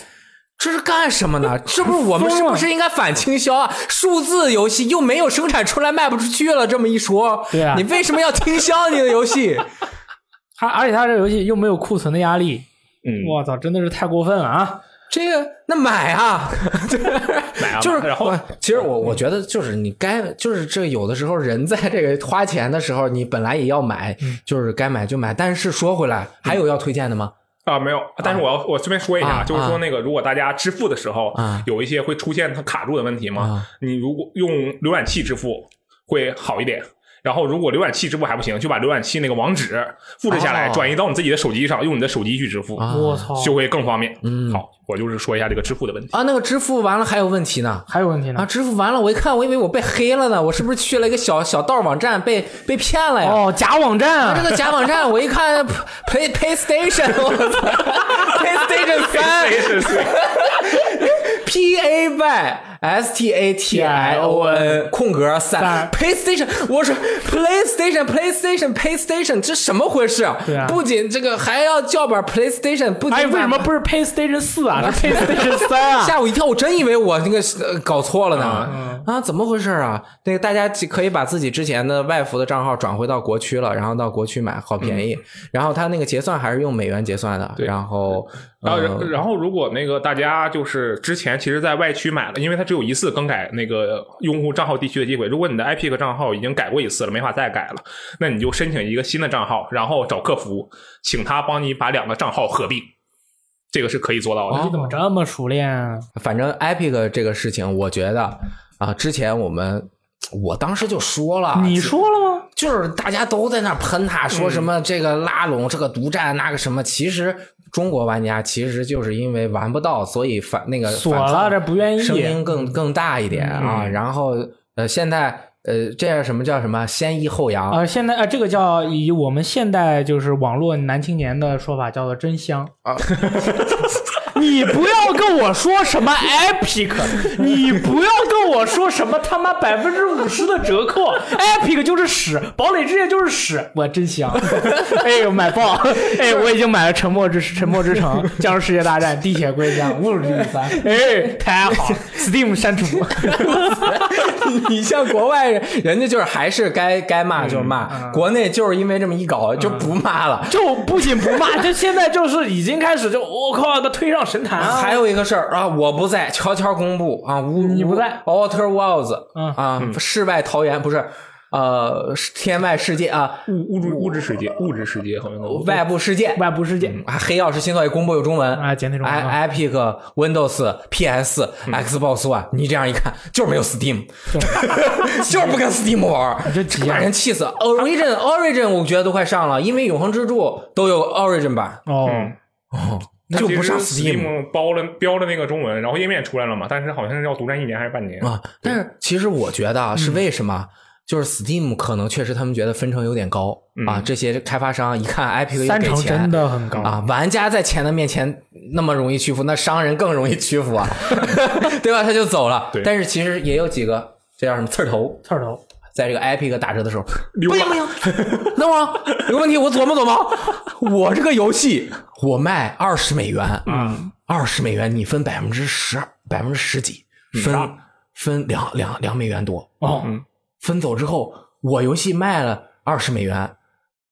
Speaker 2: 这是干什么呢？这不是我们是不是应该反倾销啊？数字游戏又没有生产出来，卖不出去了，这么一说，
Speaker 1: 对啊
Speaker 2: 你为什么要倾销你的游戏？
Speaker 1: 它而且它这个游戏又没有库存的压力，
Speaker 3: 嗯，
Speaker 1: 我操，真的是太过分了啊！
Speaker 2: 这个那买啊，
Speaker 3: 买啊
Speaker 2: 就是
Speaker 3: 买然后嗯
Speaker 2: 我其实我我觉得就是你该就是这有的时候人在这个花钱的时候，你本来也要买，
Speaker 3: 嗯
Speaker 2: 就是该买就买。但是说回来，还有要推荐的吗？
Speaker 3: 啊没有，但是我要我顺便说一下，
Speaker 2: 啊
Speaker 3: 就是说那个如果大家支付的时候、
Speaker 2: 啊
Speaker 3: 有一些会出现它卡住的问题嘛，
Speaker 2: 啊
Speaker 3: 你如果用浏览器支付会好一点。然后，如果浏览器支付还不行，就把浏览器那个网址复制下来，
Speaker 2: 哦
Speaker 3: 转移到你自己的手机上，用你的手机去支付。
Speaker 2: 啊
Speaker 1: 我操，
Speaker 3: 就会更方便。
Speaker 2: 嗯
Speaker 3: 好，我就是说一下这个支付的问题。
Speaker 2: 啊，那个支付完了还有问题呢。
Speaker 1: 还有问题
Speaker 2: 啊！
Speaker 1: 呢？
Speaker 2: 支付完了，我一看，我以为我被黑了呢，我是不是去了一个小小道网站被被骗了呀？
Speaker 1: 哦，假网站
Speaker 2: 这
Speaker 1: 啊！
Speaker 2: 个假网站，我一看 Play PlayStation，我操 ，PlayStation 三 P A Y S T A T I O N 空格三
Speaker 1: 三
Speaker 2: PlayStation，我说 PlayStation PlayStation PlayStation，这什么回事？
Speaker 1: 对啊
Speaker 2: 不仅这个还要叫板 PlayStation，不仅
Speaker 1: 哎，为什么
Speaker 2: 把
Speaker 1: 不是 PlayStation 四啊？是 PlayStation 三 啊？
Speaker 2: 吓我一跳，我真以为我那个呃搞错了呢。啊，怎么回事啊？那个大家可以把自己之前的外服的账号转回到国区了，然后到国区买，好便宜。然后他那个结算还是用美元结算的。然后，
Speaker 3: 然后，
Speaker 2: 呃
Speaker 3: 然后如果那个大家就是之前其实在外区买了，因为它只有一次更改那个用户账号地区的机会。如果你的 IPIC 账号已经改过一次了，没法再改了，那你就申请一个新的账号，然后找客服，请他帮你把两个账号合并，这个是可以做
Speaker 2: 哦
Speaker 3: 到的。
Speaker 1: 你怎么这么熟练啊？
Speaker 2: 反正 Epic 这个事情，我觉得啊，之前我们我当时就说了，
Speaker 1: 你说嗯了吗？
Speaker 2: 就是大家都在那喷他，说什么这个拉拢、这个独占、那个什么，其实中国玩家其实就是因为玩不到，所以反那个
Speaker 1: 锁
Speaker 2: 反
Speaker 1: 了，
Speaker 2: 抗
Speaker 1: 这不愿意。嗯
Speaker 2: 声音更更大一点啊。然后呃，现在呃，这叫什么叫什么先抑后扬？
Speaker 1: 呃，现在呃，这个叫以我们现代就是网络男青年的说法叫做真香
Speaker 2: 啊。
Speaker 1: 你不要跟我说什么 Epic，你不要跟我说什么他妈百分之五十的折扣，Epic 就是屎，堡垒之夜就是屎，我真香！ 哎呦，买爆！哎，我已经买了《沉默之沉默之城》《僵尸世界大战》《地铁归家》《侮辱之旅三》， 哎，太好了！Steam 删除。
Speaker 2: 你像国外人，人家就是还是该该骂就
Speaker 1: 嗯
Speaker 2: 骂，国内就是因为这么一搞就不骂了。
Speaker 1: 就不仅不骂， 就现在就是已经开始就我、靠，把推上神坛啊！
Speaker 2: 还有一个事儿啊，我不在，悄悄公布啊，乌
Speaker 1: 你不在
Speaker 2: ，Outer Worlds，
Speaker 1: 嗯
Speaker 2: 啊，世外桃源不是，呃，是天外世界啊，
Speaker 3: 物物质物质世界，物质世界好像都
Speaker 2: 哦外部世界。
Speaker 1: 外部世界、
Speaker 2: 啊，黑曜石新作也公布有中文
Speaker 1: 嗯啊简体中文啊
Speaker 2: i Epic、Windows、PS、Xbox
Speaker 3: 嗯
Speaker 2: One，你这样一看就是没有 Steam，就是 不跟 Steam 玩儿，
Speaker 1: 真急啊
Speaker 2: 把人气死。Origin Origin 我觉得都快上了，因为永恒之柱都有 Origin 版，
Speaker 1: 哦，
Speaker 3: 嗯
Speaker 2: 就不上
Speaker 3: 它其实 Steam 包了标了那个中文，然后页面出来了嘛，但是好像是要独占一年还是半年？
Speaker 2: 啊。但是其实我觉得啊，是为什么？就是 Steam 可能确实他们觉得分成有点高、啊，这些开发商一看 Epic 又
Speaker 1: 三
Speaker 2: 给
Speaker 1: 成
Speaker 2: 钱
Speaker 1: 真，的很高！
Speaker 2: 啊，玩家在钱的面前那么容易屈服，那商人更容易屈服啊，对吧？他就走了。
Speaker 3: 对
Speaker 2: 但是其实也有几个这叫什么刺儿头，
Speaker 1: 刺儿头，
Speaker 2: 在这个 Epic 打折的时候，
Speaker 3: 溜
Speaker 2: 不行不
Speaker 3: 了
Speaker 2: 行， 等会儿啊有问题，我琢磨琢磨，我这个游戏我卖二十美元，
Speaker 3: 啊
Speaker 2: 嗯，二十美元你分百分之十二，百分之十几，分分两两两美元多
Speaker 1: 哦，
Speaker 3: 嗯
Speaker 2: 分走之后，我游戏卖了二十美元，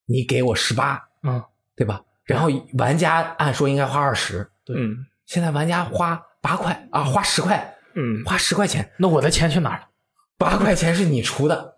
Speaker 2: 你给我十八，
Speaker 1: 嗯，
Speaker 2: 对吧？然后玩家按说应该花二十，
Speaker 3: 嗯
Speaker 2: 现在玩家花八块啊，花十块，
Speaker 3: 嗯，
Speaker 2: 花十块钱，
Speaker 1: 那我的钱去哪儿了？
Speaker 2: 八块钱是你出的，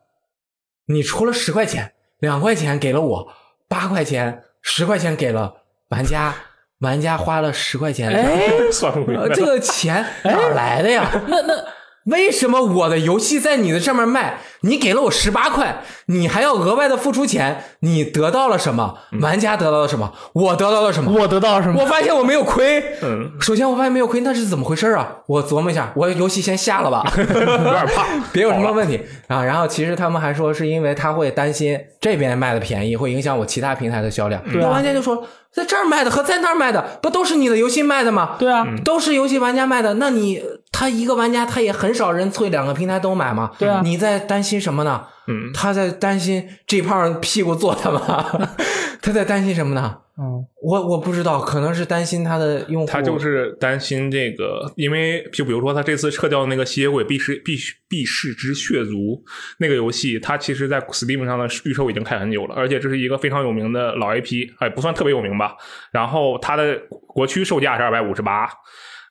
Speaker 2: 你出了十块钱，两块钱给了我，八块钱、十块钱给了玩家，玩家花了十块钱，
Speaker 1: 哎
Speaker 3: 嗯算不回来
Speaker 2: 呃，这个钱哪儿来的呀？那那为什么我的游戏在你的上面卖，你给了我十八块，你还要额外的付出钱，你得到了什么？玩家得到了什么？我得到了什么？
Speaker 1: 我得到了什么
Speaker 2: 我？发现我没有亏。
Speaker 3: 嗯，
Speaker 2: 首先我发现没有亏，那是怎么回事啊？我琢磨一下，我游戏先下了吧，
Speaker 3: 有点怕，
Speaker 2: 别有什么问题啊。然后其实他们还说是因为他会担心这边卖的便宜会影响我其他平台的销量。
Speaker 1: 对啊
Speaker 2: 那玩家就说，在这儿卖的和在那儿卖的不都是你的游戏卖的吗？
Speaker 1: 对啊，
Speaker 3: 嗯
Speaker 2: 都是游戏玩家卖的，那你他一个玩家他也很少人会两个平台都买嘛？
Speaker 1: 对啊
Speaker 2: 你在担心什么呢？
Speaker 3: 嗯，
Speaker 2: 他在担心这胖屁股坐他吗？ 他在担心什么呢？
Speaker 1: 嗯，
Speaker 2: 我我不知道，可能是担心他的用户，
Speaker 3: 他就是担心这个，因为就比如说他这次撤掉那个吸血鬼必世必必世之血族那个游戏，它其实在 Steam 上的预售已经开很久了，而且这是一个非常有名的老 IP，哎，不算特别有名吧。然后它的国区售价是二百五十八。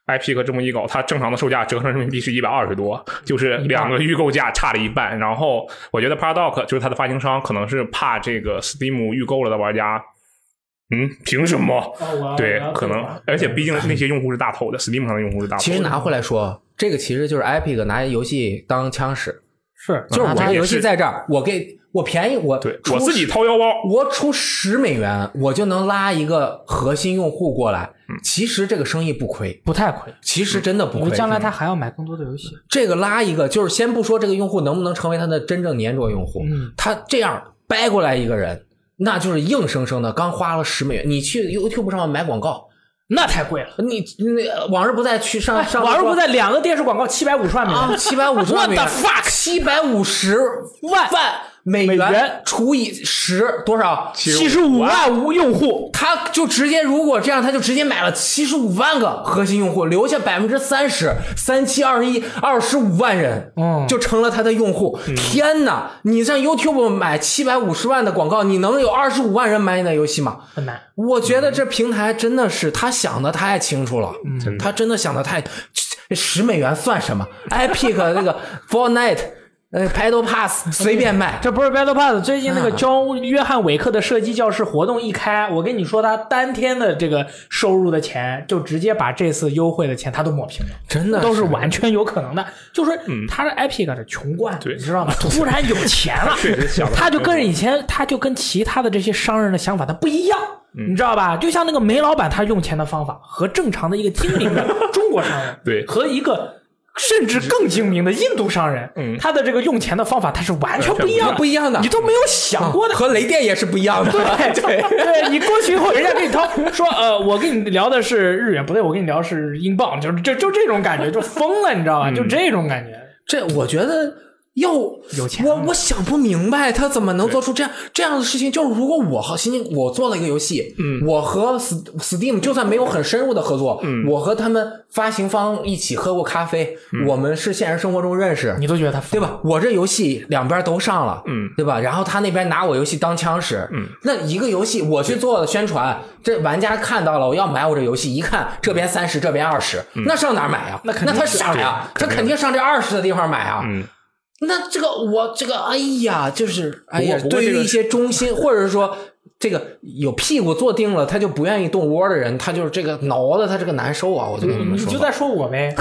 Speaker 3: IP 和这么一搞，它正常的售价折合成人民币是一百二十多，就是两个预购价差了一半。然后我觉得 Paradox 就是它的发行商，可能是怕这个 Steam 预购了的玩家，嗯，凭什么？对，可能，而且毕竟那些用户是大头的，Steam 上的用户是大头的。
Speaker 2: 其实拿回来说，这个其实就是 Epic 拿游戏当枪使，
Speaker 1: 是
Speaker 2: 就是我
Speaker 3: 这
Speaker 2: 这
Speaker 3: 也
Speaker 2: 游戏
Speaker 3: 是
Speaker 2: 在这儿，我给我便宜，我
Speaker 3: 对
Speaker 2: 出嗯
Speaker 3: 我自己掏腰包，
Speaker 2: 我出十美元，我就能拉一个核心用户过来。
Speaker 3: 嗯
Speaker 2: 其实这个生意不亏，
Speaker 1: 不太亏。
Speaker 2: 其实真的不
Speaker 1: 我觉得
Speaker 2: 亏。
Speaker 1: 将来他还要买更多的游戏，
Speaker 2: 这个拉一个，就是先不说这个用户能不能成为他的真正粘着用户，
Speaker 1: 嗯
Speaker 2: 他这样掰过来一个人，那就是硬生生的刚花了十美元。你去 YouTube 上买广告，
Speaker 1: 那太贵了。
Speaker 2: 你那往日不再去上上
Speaker 1: 哎网上不在两个电视广告七百五十万美
Speaker 2: 啊，
Speaker 1: 元，
Speaker 2: 七百五十万美元
Speaker 1: What the fuck？
Speaker 2: 七百五十万万美
Speaker 1: 美元
Speaker 2: 除以十多少？
Speaker 1: 七十五万无用户，
Speaker 2: 他就直接如果这样，他就直接买了七十五万个核心用户，留下百分之三十，三七二十一，二十五万人，
Speaker 1: 嗯
Speaker 2: 就成了他的用户。天哪！你上 YouTube 买七百五十万的广告，你能有二十五万人买你的游戏吗？
Speaker 1: 很难。嗯
Speaker 2: 我觉得这平台真的是他想的太清楚了，他真的想的太。这十美元 算什么？Epic 那个 Fortnite，呃，Paddle Pass 随便卖，
Speaker 1: 这不是 Battle Pass，最近那个
Speaker 2: 啊
Speaker 1: John 约翰维克的射击教室活动一开，我跟你说，他当天的这个收入的钱，就直接把这次优惠的钱他都抹平了，
Speaker 2: 真的
Speaker 1: 都是
Speaker 2: 是
Speaker 1: 完全有可能的。就是他是 Epic 的穷惯，
Speaker 3: 嗯对
Speaker 1: 你知道吗？突然有钱了，
Speaker 3: 确实想得
Speaker 1: 他就
Speaker 3: 很多
Speaker 1: 跟以前他就跟其他的这些商人的想法他不一样。
Speaker 3: 嗯
Speaker 1: 你知道吧？就像那个煤老板，他用钱的方法和正常的一个精明 的中国商人，
Speaker 3: 对
Speaker 1: 和一个甚至更精明的印度商人，
Speaker 3: 嗯呃
Speaker 1: 他的这个用钱的方法，他是完全不一样的，
Speaker 2: 不一样的
Speaker 1: 你都没有
Speaker 3: 嗯
Speaker 1: 想过的。
Speaker 2: 和雷电也是不一样的。
Speaker 1: 嗯 对对，你过去以后，人家跟你掏说，呃，我跟你聊的是日元，不对，我跟你聊的是英镑，就就就这种感觉，就疯了，你知道吧？就这种感觉。
Speaker 2: 这我觉得要
Speaker 1: 有钱
Speaker 2: 我我想不明白他怎么能做出这样这样的事情。就是如果我和心情，我做了一个游戏，嗯，我和 S- Steam 就算没有很深入的合作，嗯，我和他们发行方一起喝过咖啡，我们是现实生活中认识，
Speaker 1: 你都觉得他疯
Speaker 2: 对吧？我这游戏两边都上了，
Speaker 3: 嗯
Speaker 2: 对吧？然后他那边拿我游戏当枪使，嗯，那一个游戏我去做了宣传，这玩家看到了，我要买我这游戏，一看这边三十，这边二十、
Speaker 3: 嗯
Speaker 2: 那上哪儿买呀、啊那
Speaker 1: 肯定
Speaker 2: 他上呀，
Speaker 3: 啊
Speaker 2: 他肯定上这二十的地方买啊。
Speaker 3: 嗯
Speaker 2: 那这个我这个，哎呀，就是哎呀
Speaker 3: 不，过
Speaker 2: 对
Speaker 3: 这
Speaker 2: 于
Speaker 3: 个
Speaker 2: 一些中 心或者是说这个有屁股坐定了他就不愿意动窝的人，他就是这个挠的他这个难受啊！我就跟你
Speaker 1: 你
Speaker 2: 们说吧，
Speaker 1: 就在说我 呗，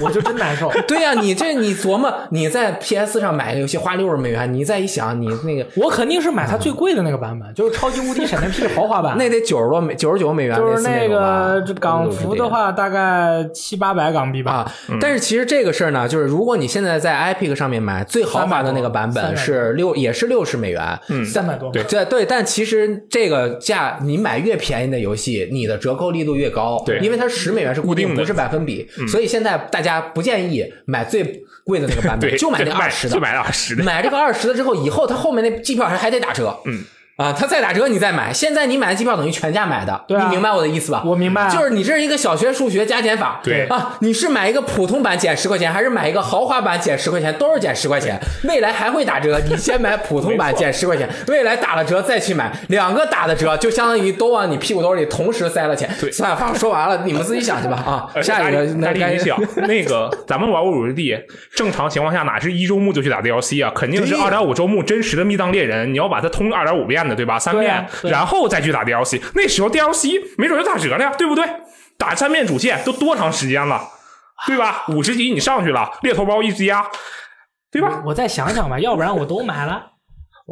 Speaker 1: 我就真难受。
Speaker 2: 对呀、你这你琢磨，你在 PS 上买个游戏花六十美元，你再一想，你那个
Speaker 1: 我肯定是买它最贵的那个版本，就是超级无敌闪电霹雳豪 华版。
Speaker 2: 那得九十多美九十九美元，
Speaker 1: 就
Speaker 2: 类
Speaker 1: 是
Speaker 2: 似
Speaker 1: 那
Speaker 2: 那种吧
Speaker 1: 个这港服的。话，大概七八百港币吧。
Speaker 2: 啊，
Speaker 3: 嗯
Speaker 2: 但是其实这个事儿呢，就是如果你现在在 Epic 上面买最豪华的那个版
Speaker 1: 300
Speaker 2: 本是六，也是六十美元。嗯
Speaker 1: 三百多，
Speaker 3: 对
Speaker 2: 对对，但其实这个价你买越便宜的游戏，你的折扣力度越高。
Speaker 3: 对
Speaker 2: 因为它十美元是固
Speaker 3: 固定的嗯
Speaker 2: 不是百分比，所以现在大家不建议买最贵的那个版本，
Speaker 3: 对，
Speaker 2: 就买那
Speaker 3: 就
Speaker 2: 二十的
Speaker 3: 就，买二十的，
Speaker 2: 买这个二十的之后，以后他后面那机票还还得打折。
Speaker 3: 嗯。
Speaker 2: 啊，他再打折你再买，现在你买的机票等于全价买的，
Speaker 1: 对啊
Speaker 2: 你明白我的意思吧？
Speaker 1: 我明白啊
Speaker 2: 就是你这是一个小学数学加减法，
Speaker 3: 对
Speaker 2: 啊，你是买一个普通版减十块钱，还是买一个豪华版减十块钱？都是减十块钱，未来还会打折，你先买普通版减十块钱，未来打了折再去买，两个打的折就相当于都往你屁股兜里同时塞了钱。
Speaker 3: 对
Speaker 2: 算了，说完了，你们自己想去吧啊，
Speaker 1: 呃
Speaker 3: 而且
Speaker 2: 下
Speaker 3: 大
Speaker 2: 一个
Speaker 3: 力
Speaker 2: 那
Speaker 3: 大力
Speaker 2: 该
Speaker 3: 你 想，那个咱们玩《物主之地》，正常情况下哪是一周目就去打 DLC 啊？肯定是
Speaker 2: 对呀
Speaker 3: 二点五周目真实的密档猎人，你要把它通二点五遍的，对吧？三
Speaker 1: 对
Speaker 3: 遍，
Speaker 1: 啊对啊
Speaker 3: 然后再去打 DLC。那时候 DLC 没准就打折了呀，对不对？打三遍主线都多长时间了，对吧？五十级你上去了，猎头包一压，对吧？
Speaker 1: 我再想想吧，要不然我都买 了。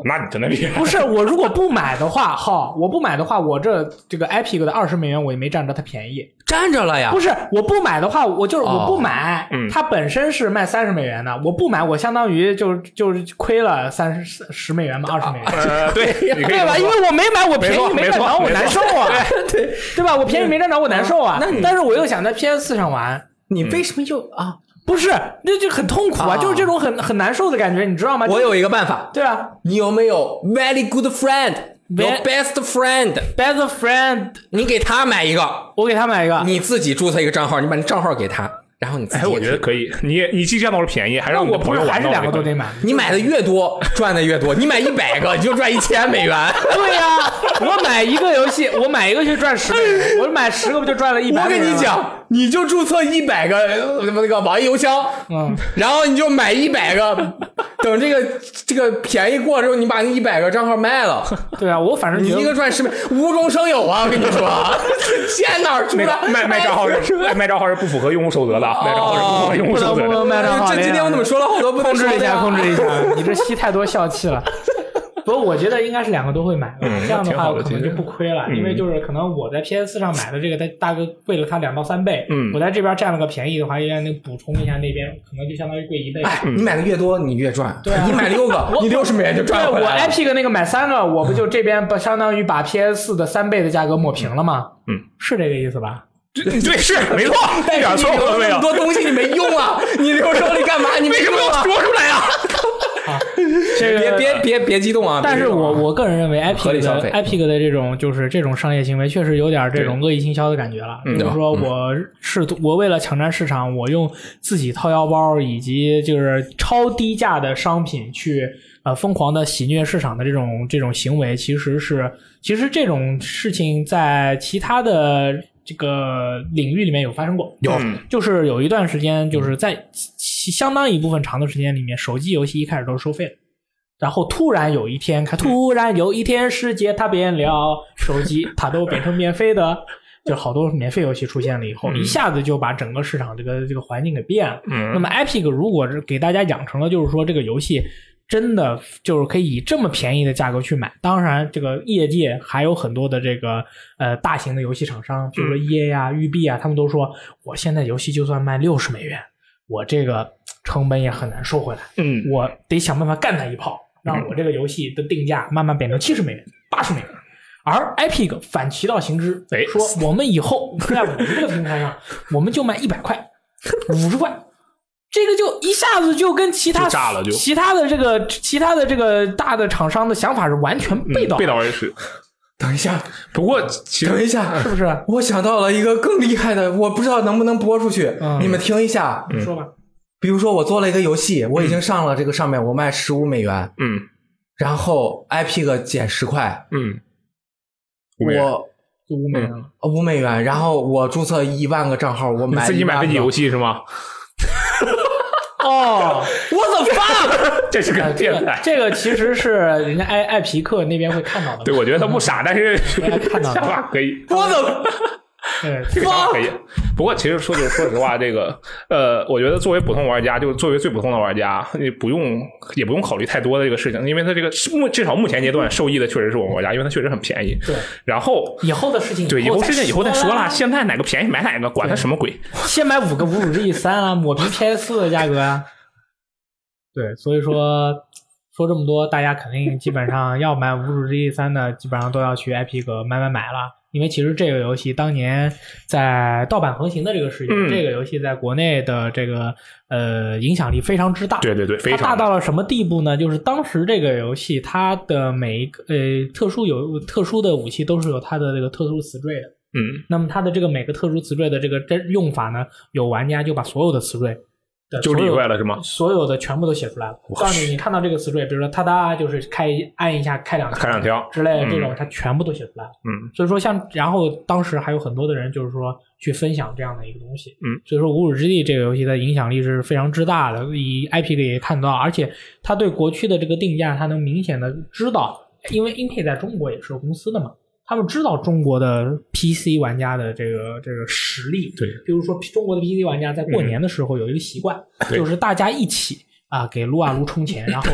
Speaker 3: 那你真的厉害。
Speaker 1: 不是我如果不买的话，哈，我不买的话，我这这个 Epic 的二十美元我也没占着它便宜。
Speaker 2: 站着了呀
Speaker 1: 不，是我不买的话，我就是
Speaker 2: 啊
Speaker 1: 我
Speaker 2: 哦
Speaker 1: 不买，
Speaker 3: 嗯
Speaker 1: 它本身是卖三十美元的，我不买，我相当于就就是亏了三十十美元吧，二十美元。
Speaker 3: 呃， 对，你可
Speaker 1: 对
Speaker 3: 以这么
Speaker 1: 吧？
Speaker 3: 说
Speaker 1: 因为我没买，我便
Speaker 3: 没错
Speaker 1: 宜没
Speaker 3: 没
Speaker 1: 占
Speaker 3: 错
Speaker 1: 着，我
Speaker 3: 没错嗯
Speaker 1: 难受啊， 对对吧？我便宜没占着，我难受啊。但是我又想在 PS 四上玩，
Speaker 2: 你为什么又啊？
Speaker 1: 不是，那就很痛苦啊，
Speaker 2: 啊
Speaker 1: 就是这种很很难受的感觉，你知道吗？
Speaker 2: 我
Speaker 1: 就
Speaker 2: 有一个办法，
Speaker 1: 对啊
Speaker 2: 你有没有 very good friend，your
Speaker 1: Ve-
Speaker 2: best friend？
Speaker 1: ，best friend，
Speaker 2: 你给他买一个，
Speaker 1: 我给他买一个，
Speaker 2: 你自己注册一个账号，你把那账号给他，然后你自己
Speaker 3: 哎，
Speaker 2: 也
Speaker 3: 我觉得
Speaker 2: 可以
Speaker 3: 可以，你你既占到了便宜，还
Speaker 1: 那
Speaker 3: 让你
Speaker 1: 我
Speaker 3: 的
Speaker 1: 不
Speaker 3: 朋
Speaker 1: 是
Speaker 3: 友
Speaker 1: 还
Speaker 3: 玩
Speaker 1: 是
Speaker 3: 到了
Speaker 1: 两个都得买？
Speaker 2: 你买的越多， 赚的越多。你买一百个，你就赚一千美 元。
Speaker 1: 对呀、我买一个游戏，我买一个就赚十美元，我买十个不就赚了一百？
Speaker 2: 我跟你，讲，你就注册一百个呃什么那个网易邮箱，
Speaker 1: 嗯，
Speaker 2: 然后你就买一百个， 等这个这个便宜过之后，你把那一百个账号卖 了，
Speaker 1: 对啊，我反正
Speaker 2: 你
Speaker 1: 觉
Speaker 2: 一个
Speaker 1: 得
Speaker 2: 赚十美，无中生有啊！我跟你说， 钱哪儿出
Speaker 3: 那
Speaker 2: 来？
Speaker 3: 个卖哦卖账号是哎卖账号是不符合用户守则的，啊卖账号是不符合用户
Speaker 1: 不能
Speaker 3: 守则
Speaker 2: 呃
Speaker 1: 不
Speaker 3: 的。
Speaker 1: 能卖账号，
Speaker 2: 这今天我怎么说了好多不能
Speaker 1: 控
Speaker 2: 说
Speaker 1: 制
Speaker 2: 的
Speaker 1: 一下，
Speaker 2: 呀
Speaker 1: 控制一 下，你这吸太多笑气了。不过我觉得应该是两个都会买，
Speaker 3: 嗯
Speaker 1: 这样的
Speaker 3: 挺
Speaker 1: 话
Speaker 3: 好
Speaker 1: 我
Speaker 3: 的
Speaker 1: 可能
Speaker 3: 其
Speaker 1: 就
Speaker 3: 实
Speaker 1: 不亏了，
Speaker 3: 嗯
Speaker 1: 因为就是可能我在 PS 4上买的这个，它大概贵了它两到三倍，
Speaker 3: 嗯
Speaker 1: 我在这边占了个便宜的话，应该能补充一下那边，可能就相当于贵一倍。
Speaker 2: 哎，你买的越多，你越赚。
Speaker 1: 对啊
Speaker 2: 你买六个，你六十美元就
Speaker 1: 对
Speaker 2: 赚
Speaker 1: 我
Speaker 2: 回来了。
Speaker 1: Epic 那个买三个，我不就这边不 相当于把 PS 4的三倍的价格抹平了吗？
Speaker 3: 嗯，
Speaker 1: 是这个意思吧？
Speaker 3: 对对是没错，一点错误
Speaker 2: 你
Speaker 3: 都没
Speaker 2: 留那
Speaker 3: 有
Speaker 2: 么。多东西你没用啊！你留手里干嘛？你没
Speaker 3: 为什么
Speaker 2: 用
Speaker 3: 要
Speaker 2: 啊？
Speaker 3: 说出来啊？
Speaker 1: 这个
Speaker 2: 别别别别激动啊！
Speaker 1: 但是我我个人认为
Speaker 2: 合理
Speaker 1: Epic
Speaker 2: 消费
Speaker 1: 的 Epic 的这种就是这种商业行为，确实有点这种恶意倾销的感觉
Speaker 2: 嗯
Speaker 1: 了。就是说我试图我为了抢占市场，我用自己掏腰包以及就是超低价的商品去呃疯狂的洗虐市场的这种这种行为，其实是其实这种事情在其他的。这个领域里面有发生过，
Speaker 2: 有
Speaker 3: 嗯
Speaker 1: 就是有一段时间，就是在其相当一部分长的时间里面，手机游戏一开始都是收费的，然后突然有一天，看突然有一天，世界它变了，手机它都变成免费的，就好多免费游戏出现了以后，一下子就把整个市场这个这个环境给变了。
Speaker 3: 嗯
Speaker 1: 那么 Epic 如果是给大家养成了，就是说这个游戏。真的就是可以以这么便宜的价格去买，当然，这个业界还有很多的这个呃大型的游戏厂商，比如说 EA 啊、育碧啊，他们都说，我现在游戏就算卖六十美元，我这个成本也很难收回来，
Speaker 3: 嗯
Speaker 1: 我得想办法干他一炮，让我这个游戏的定价慢慢变成七十美元、八十美元。而 Epic 反其道行之
Speaker 3: 哎，
Speaker 1: 说我们以后在我们这个平台上， 我们就卖一百块、五十块，这个就一下子就跟其他
Speaker 3: 就炸了就
Speaker 1: 其他的这个其他的这个大的厂商的想法是完全背道，
Speaker 3: 嗯背道而驰。
Speaker 2: 等一下，
Speaker 3: 不过其
Speaker 2: 等
Speaker 3: 实
Speaker 2: 一下，
Speaker 1: 是不是？
Speaker 2: 我想到了一个更厉害的，我不知道能不能播出去，
Speaker 1: 嗯
Speaker 2: 你们听一下。
Speaker 3: 嗯
Speaker 1: 你说吧，
Speaker 2: 比如说，我做了一个游戏，我已经上了这个上面，我卖十五美元，
Speaker 3: 嗯
Speaker 2: 然后 Epic 减十块，
Speaker 3: 嗯，五美元
Speaker 2: 我呃
Speaker 1: 就五美元了。
Speaker 2: 五美元，然后我注册一万个账号，我
Speaker 3: 你
Speaker 2: 买
Speaker 3: 自己买飞机游戏是吗？嗯
Speaker 1: 哦，
Speaker 2: ，What the fuck？
Speaker 3: 哎这是个
Speaker 1: 这
Speaker 3: 变
Speaker 1: 个
Speaker 3: 态。
Speaker 1: 这个其实是人家艾艾皮克那边会看到的，
Speaker 3: 对，我觉得他不傻，但是
Speaker 1: 大家看到
Speaker 3: 想
Speaker 1: 了
Speaker 3: 法可以。
Speaker 2: 我怎么？
Speaker 1: 对，
Speaker 3: 这个想法可以。不过其实说句说实话，这个呃，我觉得作为普通玩家，就是作为最普通的玩家，你不用也不用考虑太多的这个事情，因为它这个是目至少目前阶段受益的确实是我们玩家，因为它确实很便宜。
Speaker 1: 对，
Speaker 3: 然后。
Speaker 1: 以后的事情
Speaker 3: 对，以后
Speaker 1: 后
Speaker 3: 事情以后再说啦。
Speaker 1: 啦，
Speaker 3: 现在哪个便宜买哪个，管它什么鬼。
Speaker 1: 先买五个《侮辱之翼三》啊，抹平 PS 四的价格啊。 对，所以说说这么多，大家肯定基本上要买《侮辱之翼三》的，基本上都要去 Epic 买买买了。因为其实这个游戏当年在盗版横行的这个事情，
Speaker 3: 嗯
Speaker 1: 这个游戏在国内的这个呃影响力非常之大。
Speaker 3: 对对对，非
Speaker 1: 它大
Speaker 3: 常
Speaker 1: 到了什么地步呢？就是当时这个游戏，它的每一个呃特殊有特殊的武器都是有它的这个特殊词缀的。
Speaker 3: 嗯，
Speaker 1: 那么它的这个每个特殊词缀的这个真用法呢，有玩家就把所有的词缀的
Speaker 3: 就
Speaker 1: 所
Speaker 3: 例
Speaker 1: 有
Speaker 3: 外了是吗？
Speaker 1: 所有的全部都写出来了。让你看到这个词缀，比如说哒哒，就是开按一下开两
Speaker 3: 开两条
Speaker 1: 之类的这种
Speaker 3: 嗯，
Speaker 1: 它全部都写出来了。
Speaker 3: 嗯，
Speaker 1: 所以说像，然后当时还有很多的人就是说去分享这样的一个东西，
Speaker 3: 嗯，
Speaker 1: 所以说《无主之地》这个游戏的影响力是非常之大的，以 IP 里也看到，而且它对国区的这个定价，它能明显的知道，因为 Intel 在中国也是有公司的嘛。他们知道中国的 PC 玩家的这个这个实力，
Speaker 3: 对，嗯
Speaker 1: 比如说中国的 PC 玩家在过年的时候有一个习惯，
Speaker 3: 对
Speaker 1: 就是大家一起啊给撸啊撸充钱，然 后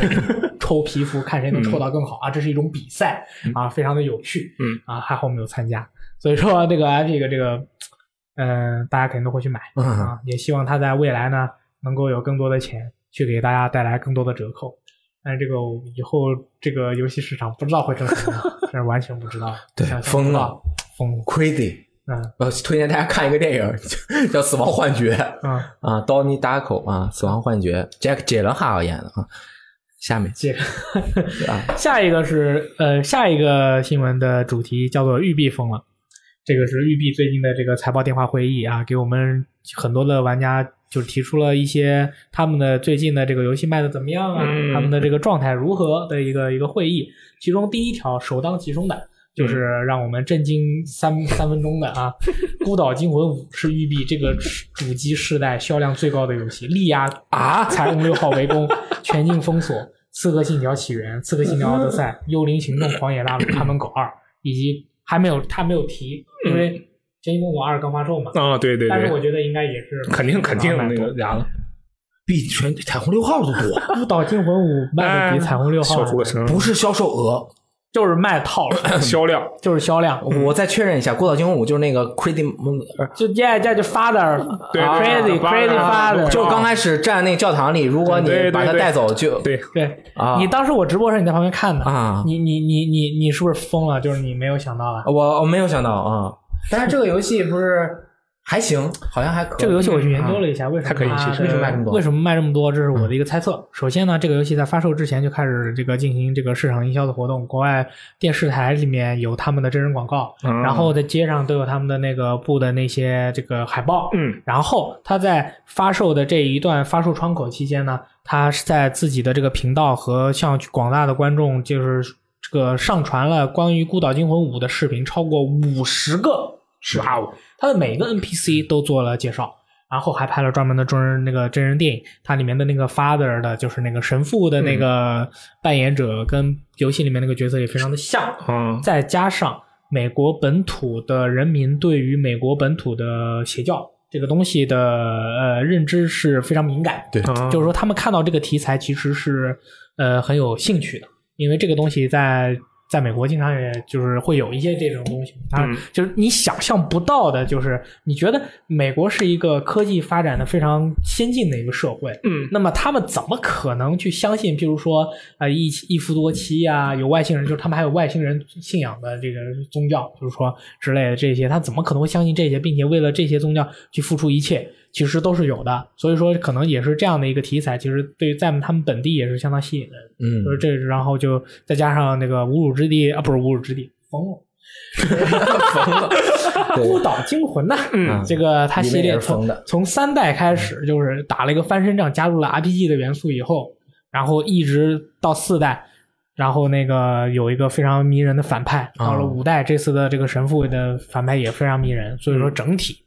Speaker 1: 抽皮肤，看谁能抽到更好啊，这是一种比赛
Speaker 2: 嗯
Speaker 1: 啊，非常的有趣，
Speaker 3: 嗯
Speaker 1: 啊，还好我没有参加，所以说这个 Epic 这个，嗯、大家肯定都会去买
Speaker 2: 嗯，
Speaker 1: 啊，也希望它在未来呢能够有更多的钱去给大家带来更多的折扣。但是这个以后这个游戏市场不知道会成什么 样，这是完全不知道。
Speaker 2: 对
Speaker 1: 想象不
Speaker 2: 疯了
Speaker 1: 到，疯了，
Speaker 2: crazy。
Speaker 1: 嗯
Speaker 2: 我推荐大家看一个电影， 叫《死亡幻觉》
Speaker 1: 嗯，
Speaker 2: 啊，Donnie Darko 啊，《死亡幻觉》，Jack 杰伦哈尔演的啊。下面
Speaker 1: 这个
Speaker 2: 啊
Speaker 1: 下一个是呃，下一个新闻的主题叫做育碧疯了。这个是育碧最近的这个财报电话会议啊，给我们很多的玩家就是提出了一些他们的最近的这个游戏卖的怎么样啊，
Speaker 3: 嗯
Speaker 1: 他们的这个状态如何的一个一个会议。其中第一条首当其冲的就是让我们震惊三 三分钟的啊，《孤岛惊魂五》是育碧这个主机世代销量最高的游戏，力压
Speaker 2: 啊，
Speaker 1: 彩虹六号围攻、全境封锁、刺客信条起源、刺客信条奥德赛、幽灵行动、狂野大陆、看门狗二，以及还没有他没有提，因为全境封锁二刚发售嘛。
Speaker 3: 啊，嗯对对
Speaker 1: 但是我
Speaker 3: 对，
Speaker 1: 觉得啊应该也是
Speaker 3: 肯定肯定
Speaker 1: 卖
Speaker 3: 那
Speaker 1: 得多
Speaker 3: 个啥了，
Speaker 2: 比全彩虹六号都多，
Speaker 1: 孤岛惊魂
Speaker 3: 哎
Speaker 1: 五卖的比彩虹六号
Speaker 3: 笑出了声，
Speaker 2: 不是销售额。
Speaker 1: 就是卖套了，
Speaker 3: 销量
Speaker 1: 就是销量。
Speaker 2: 我再确认一下，《孤岛惊魂五》就是那个 crazy，呃
Speaker 1: 就 yeah 这就 father
Speaker 3: 对
Speaker 1: crazy
Speaker 3: father，
Speaker 1: crazy father，
Speaker 2: 啊就是刚开始站那教堂里，如果你
Speaker 3: 对对
Speaker 2: 把他
Speaker 3: 对
Speaker 2: 带走就
Speaker 3: 对，
Speaker 1: 对
Speaker 2: 啊
Speaker 1: 你当时我直播时候你在旁边看的
Speaker 2: 啊
Speaker 1: 你你你你你是不是疯了？就是你没有想到啊，
Speaker 2: 我我没有想到啊，但是这个游戏不是还行，好像还可以。嗯
Speaker 1: 这个游戏我去研究了一下，为什么
Speaker 3: 它可以
Speaker 1: 它
Speaker 3: 其实
Speaker 1: 为什么
Speaker 2: 卖这么多嗯
Speaker 1: 为什么卖这么多？这是我的一个猜测。首先呢，这个游戏在发售之前就开始这个进行这个市场营销的活动，国外电视台里面有他们的真人广告，
Speaker 3: 嗯
Speaker 1: 然后在街上都有他们的那个布的那些这个海报，
Speaker 3: 嗯
Speaker 1: 然后他在发售的这一段发售窗口期间呢，他是在自己的这个频道和向广大的观众就是这个上传了关于《孤岛惊魂五》的视频超过五十个，是
Speaker 3: 哇哦，
Speaker 1: 他的每个 NPC 都做了介绍，然后还拍了专门的真人那个真人电影，它里面的那个 father 的，就是那个神父的那个扮演者，跟游戏里面那个角色也非常的像。
Speaker 3: 嗯
Speaker 1: 再加上美国本土的人民对于美国本土的邪教这个东西的呃认知是非常敏感，
Speaker 2: 对
Speaker 3: 啊
Speaker 1: 就是说他们看到这个题材其实是呃很有兴趣的，因为这个东西在在美国经常也就是会有一些这种东西，它
Speaker 3: 嗯
Speaker 1: 就是你想象不到的，就是你觉得美国是一个科技发展的非常先进的一个社会，
Speaker 3: 嗯
Speaker 1: 那么他们怎么可能去相信，譬如说呃一一夫多妻呀、有外星人，就是他们还有外星人信仰的这个宗教，就是说之类的这些，他怎么可能会相信这些，并且为了这些宗教去付出一切？其实都是有的，所以说可能也是这样的一个题材，其实对于在他们本地也是相当吸引人的。
Speaker 2: 嗯
Speaker 1: 就是这，然后就再加上那个侮辱之地啊，不是侮辱之地，疯了，
Speaker 2: 对
Speaker 1: 孤岛惊魂呐、
Speaker 3: 嗯
Speaker 1: 这个它系
Speaker 2: 里面
Speaker 1: 列
Speaker 2: 也是疯
Speaker 1: 从
Speaker 2: 的嗯
Speaker 1: 从三代开始就是打了一个翻身仗，加入了 RPG 的元素以后，然后一直到四代，然后那个有一个非常迷人的反派，
Speaker 2: 啊
Speaker 1: 到了五代这次的这个神父的反派也非常迷人，所以
Speaker 2: 嗯
Speaker 1: 说整体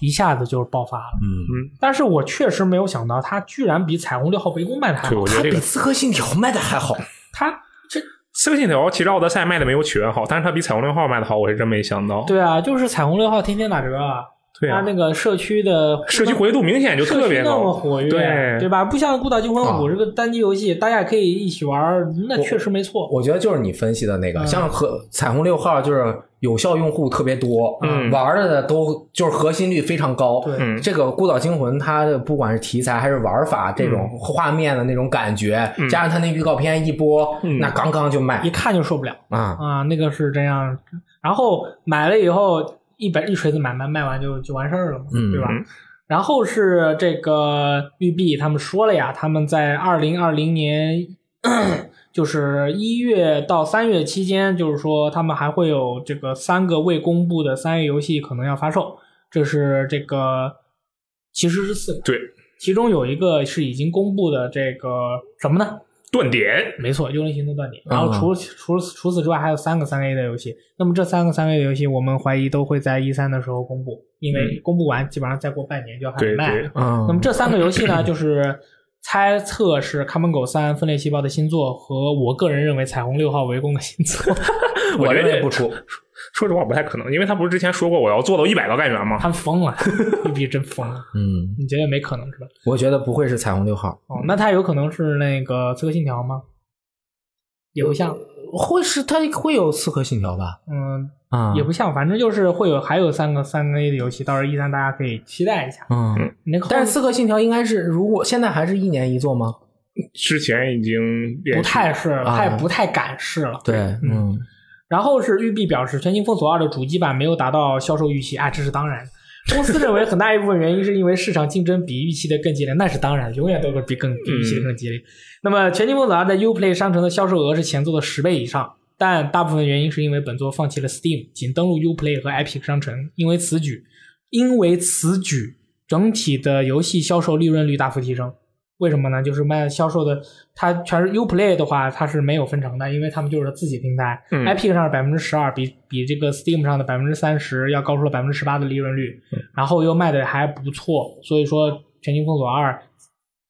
Speaker 1: 一下子就是爆发了。
Speaker 4: 嗯
Speaker 1: 但是我确实没有想到，它居然比《彩虹六号围攻》卖的还
Speaker 3: 对，
Speaker 1: 好
Speaker 3: 我，觉
Speaker 2: 他
Speaker 3: 得这
Speaker 2: 比
Speaker 3: 个
Speaker 2: 《刺客信条》卖的还好，
Speaker 1: 它这
Speaker 3: 刺客信条其实奥德赛卖的没有起源好，但是它比彩虹六号卖的好，我是真没想到。
Speaker 1: 对啊，就是彩虹六号天天打折啊，
Speaker 3: 对
Speaker 1: 它
Speaker 3: 啊，
Speaker 1: 那个社区的
Speaker 3: 社区活跃度明显就
Speaker 1: 社
Speaker 3: 特
Speaker 1: 区
Speaker 3: 别
Speaker 1: 那么
Speaker 3: 高。
Speaker 1: 活跃，
Speaker 3: 对
Speaker 1: 对吧？不像《孤岛惊魂
Speaker 2: 啊
Speaker 1: 五》这个单机游戏，大家可以一起玩儿，那确实没错。
Speaker 2: 我觉得就是你分析的那个，像和彩虹六号就是有效用户特别多，
Speaker 3: 嗯
Speaker 2: 玩的呢都就是核心率非常高。
Speaker 1: 对
Speaker 3: 嗯
Speaker 2: 这个《孤岛惊魂》，它的不管是题材还是玩法，这种画面的那种感觉，加上它那预告片一播，
Speaker 3: 嗯
Speaker 2: 那刚刚就卖
Speaker 1: 一看就受不了
Speaker 2: 啊！
Speaker 1: 啊，那个是这样。然后买了以后，一本一锤子买卖卖完就就完事儿了嘛，
Speaker 2: 嗯
Speaker 1: 对吧
Speaker 3: 嗯？
Speaker 1: 然后是这个育碧他们说了呀，他们在二零二零年。就是一月到三月期间，就是说他们还会有这个三个未公布的三 A 游戏可能要发售，这是这个其实是四个，
Speaker 3: 对，
Speaker 1: 其中有一个是已经公布的这个什么呢？
Speaker 3: 断点，
Speaker 1: 没错，《幽灵行动：断点》。然后除、除除此之外，还有三个三 A 的游戏。那么这三个三 A 的游戏，我们怀疑都会在一三的时候公布，因为公布完，基本上再过半年就要开始
Speaker 3: 对
Speaker 1: 卖了
Speaker 3: 对。
Speaker 2: 嗯
Speaker 1: 那么这三个游戏呢，就是猜测是《看门狗三》分裂细胞的新作和我个人认为《彩虹六号围攻》的新 作。
Speaker 2: 我认
Speaker 3: 觉
Speaker 2: 为
Speaker 3: 得
Speaker 2: 不出，
Speaker 3: 说实话不太可能，因为他不是之前说过我要做到一百个干员吗？
Speaker 1: 他们疯了， 一比真疯了。
Speaker 2: 嗯，
Speaker 1: 你觉得没可能是吧？
Speaker 2: 我觉得不会是彩虹六号，
Speaker 1: 哦，那他有可能是那个《刺客信条》吗？也不像，
Speaker 2: 呃会是它会有《刺客信条》吧？
Speaker 1: 嗯，
Speaker 2: 啊，
Speaker 1: 也不像，反正就是会有还有三个三个 A 的游戏，到时候一三大家可以期待一下。
Speaker 2: 嗯。
Speaker 1: 那个后
Speaker 2: 但是《刺客信条》应该是，如果现在还是一年一做吗？
Speaker 3: 之前已经
Speaker 1: 不
Speaker 3: 连续
Speaker 1: 太是了，
Speaker 2: 啊
Speaker 1: 太不太敢试了。
Speaker 2: 对，
Speaker 1: 嗯
Speaker 2: 嗯，
Speaker 1: 然后是育碧表示，《全新封锁二》的主机版没有达到销售预期啊，这是当然。公司认为很大一部分原因是因为市场竞争比预期的更激烈，那是当然，永远都会比更比预期的更激
Speaker 2: 嗯
Speaker 1: 烈。那么，《全新封锁二》在 Uplay 商城的销售额是前作的十倍以上，但大部分原因是因为本作放弃了 Steam，仅登录 Uplay 和 Epic 商城。因为此举，因为此举，整体的游戏销售利润率大幅提升。为什么呢？就是卖销售的，它全是 Uplay 的话，它是没有分成的，因为他们就是自己平台。
Speaker 3: 嗯
Speaker 1: Epic 上是百分之十二，比比这个 Steam 上的百分之三十要高出了百分之十八的利润率，然后又卖的还不错，所以说《全境封锁二》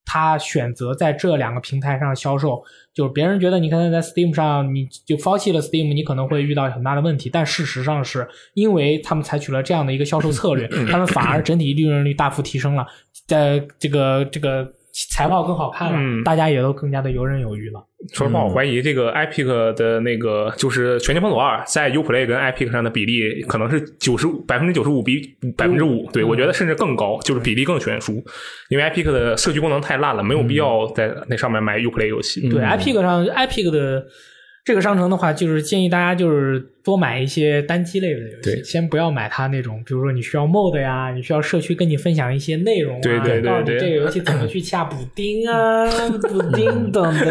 Speaker 1: 它选择在这两个平台上销售，就是别人觉得你可能在 Steam 上你就抛弃了 Steam，你可能会遇到很大的问题，但事实上是因为他们采取了这样的一个销售策 略，他们反而整体利润率大幅提升了，在这个这个财报更好看了，
Speaker 3: 嗯
Speaker 1: 大家也都更加的游刃有余了。
Speaker 3: 说
Speaker 1: 嗯
Speaker 3: 实话，我怀疑这个 Epic 的那个就是《全境封锁二》在 Uplay 跟 Epic 上的比例可能是九十百分之九十五比百分之五，
Speaker 1: 嗯
Speaker 3: 对我觉得甚至更高，就是比例更悬殊，因为 Epic 的社区功能太烂了，没有必要在那上面买 Uplay 游戏。
Speaker 1: 嗯
Speaker 3: 嗯
Speaker 1: 对、i p i c 上 Epic 的这个商城的话，就是建议大家就是多买一些单机类的游戏，
Speaker 3: 对
Speaker 1: 先不要买它那种，比如说你需要 mod 呀，你需要社区跟你分享一些内容啊，
Speaker 3: 对对对
Speaker 1: 到底
Speaker 3: 对
Speaker 1: 这个游戏怎么去下补丁啊，补丁等等，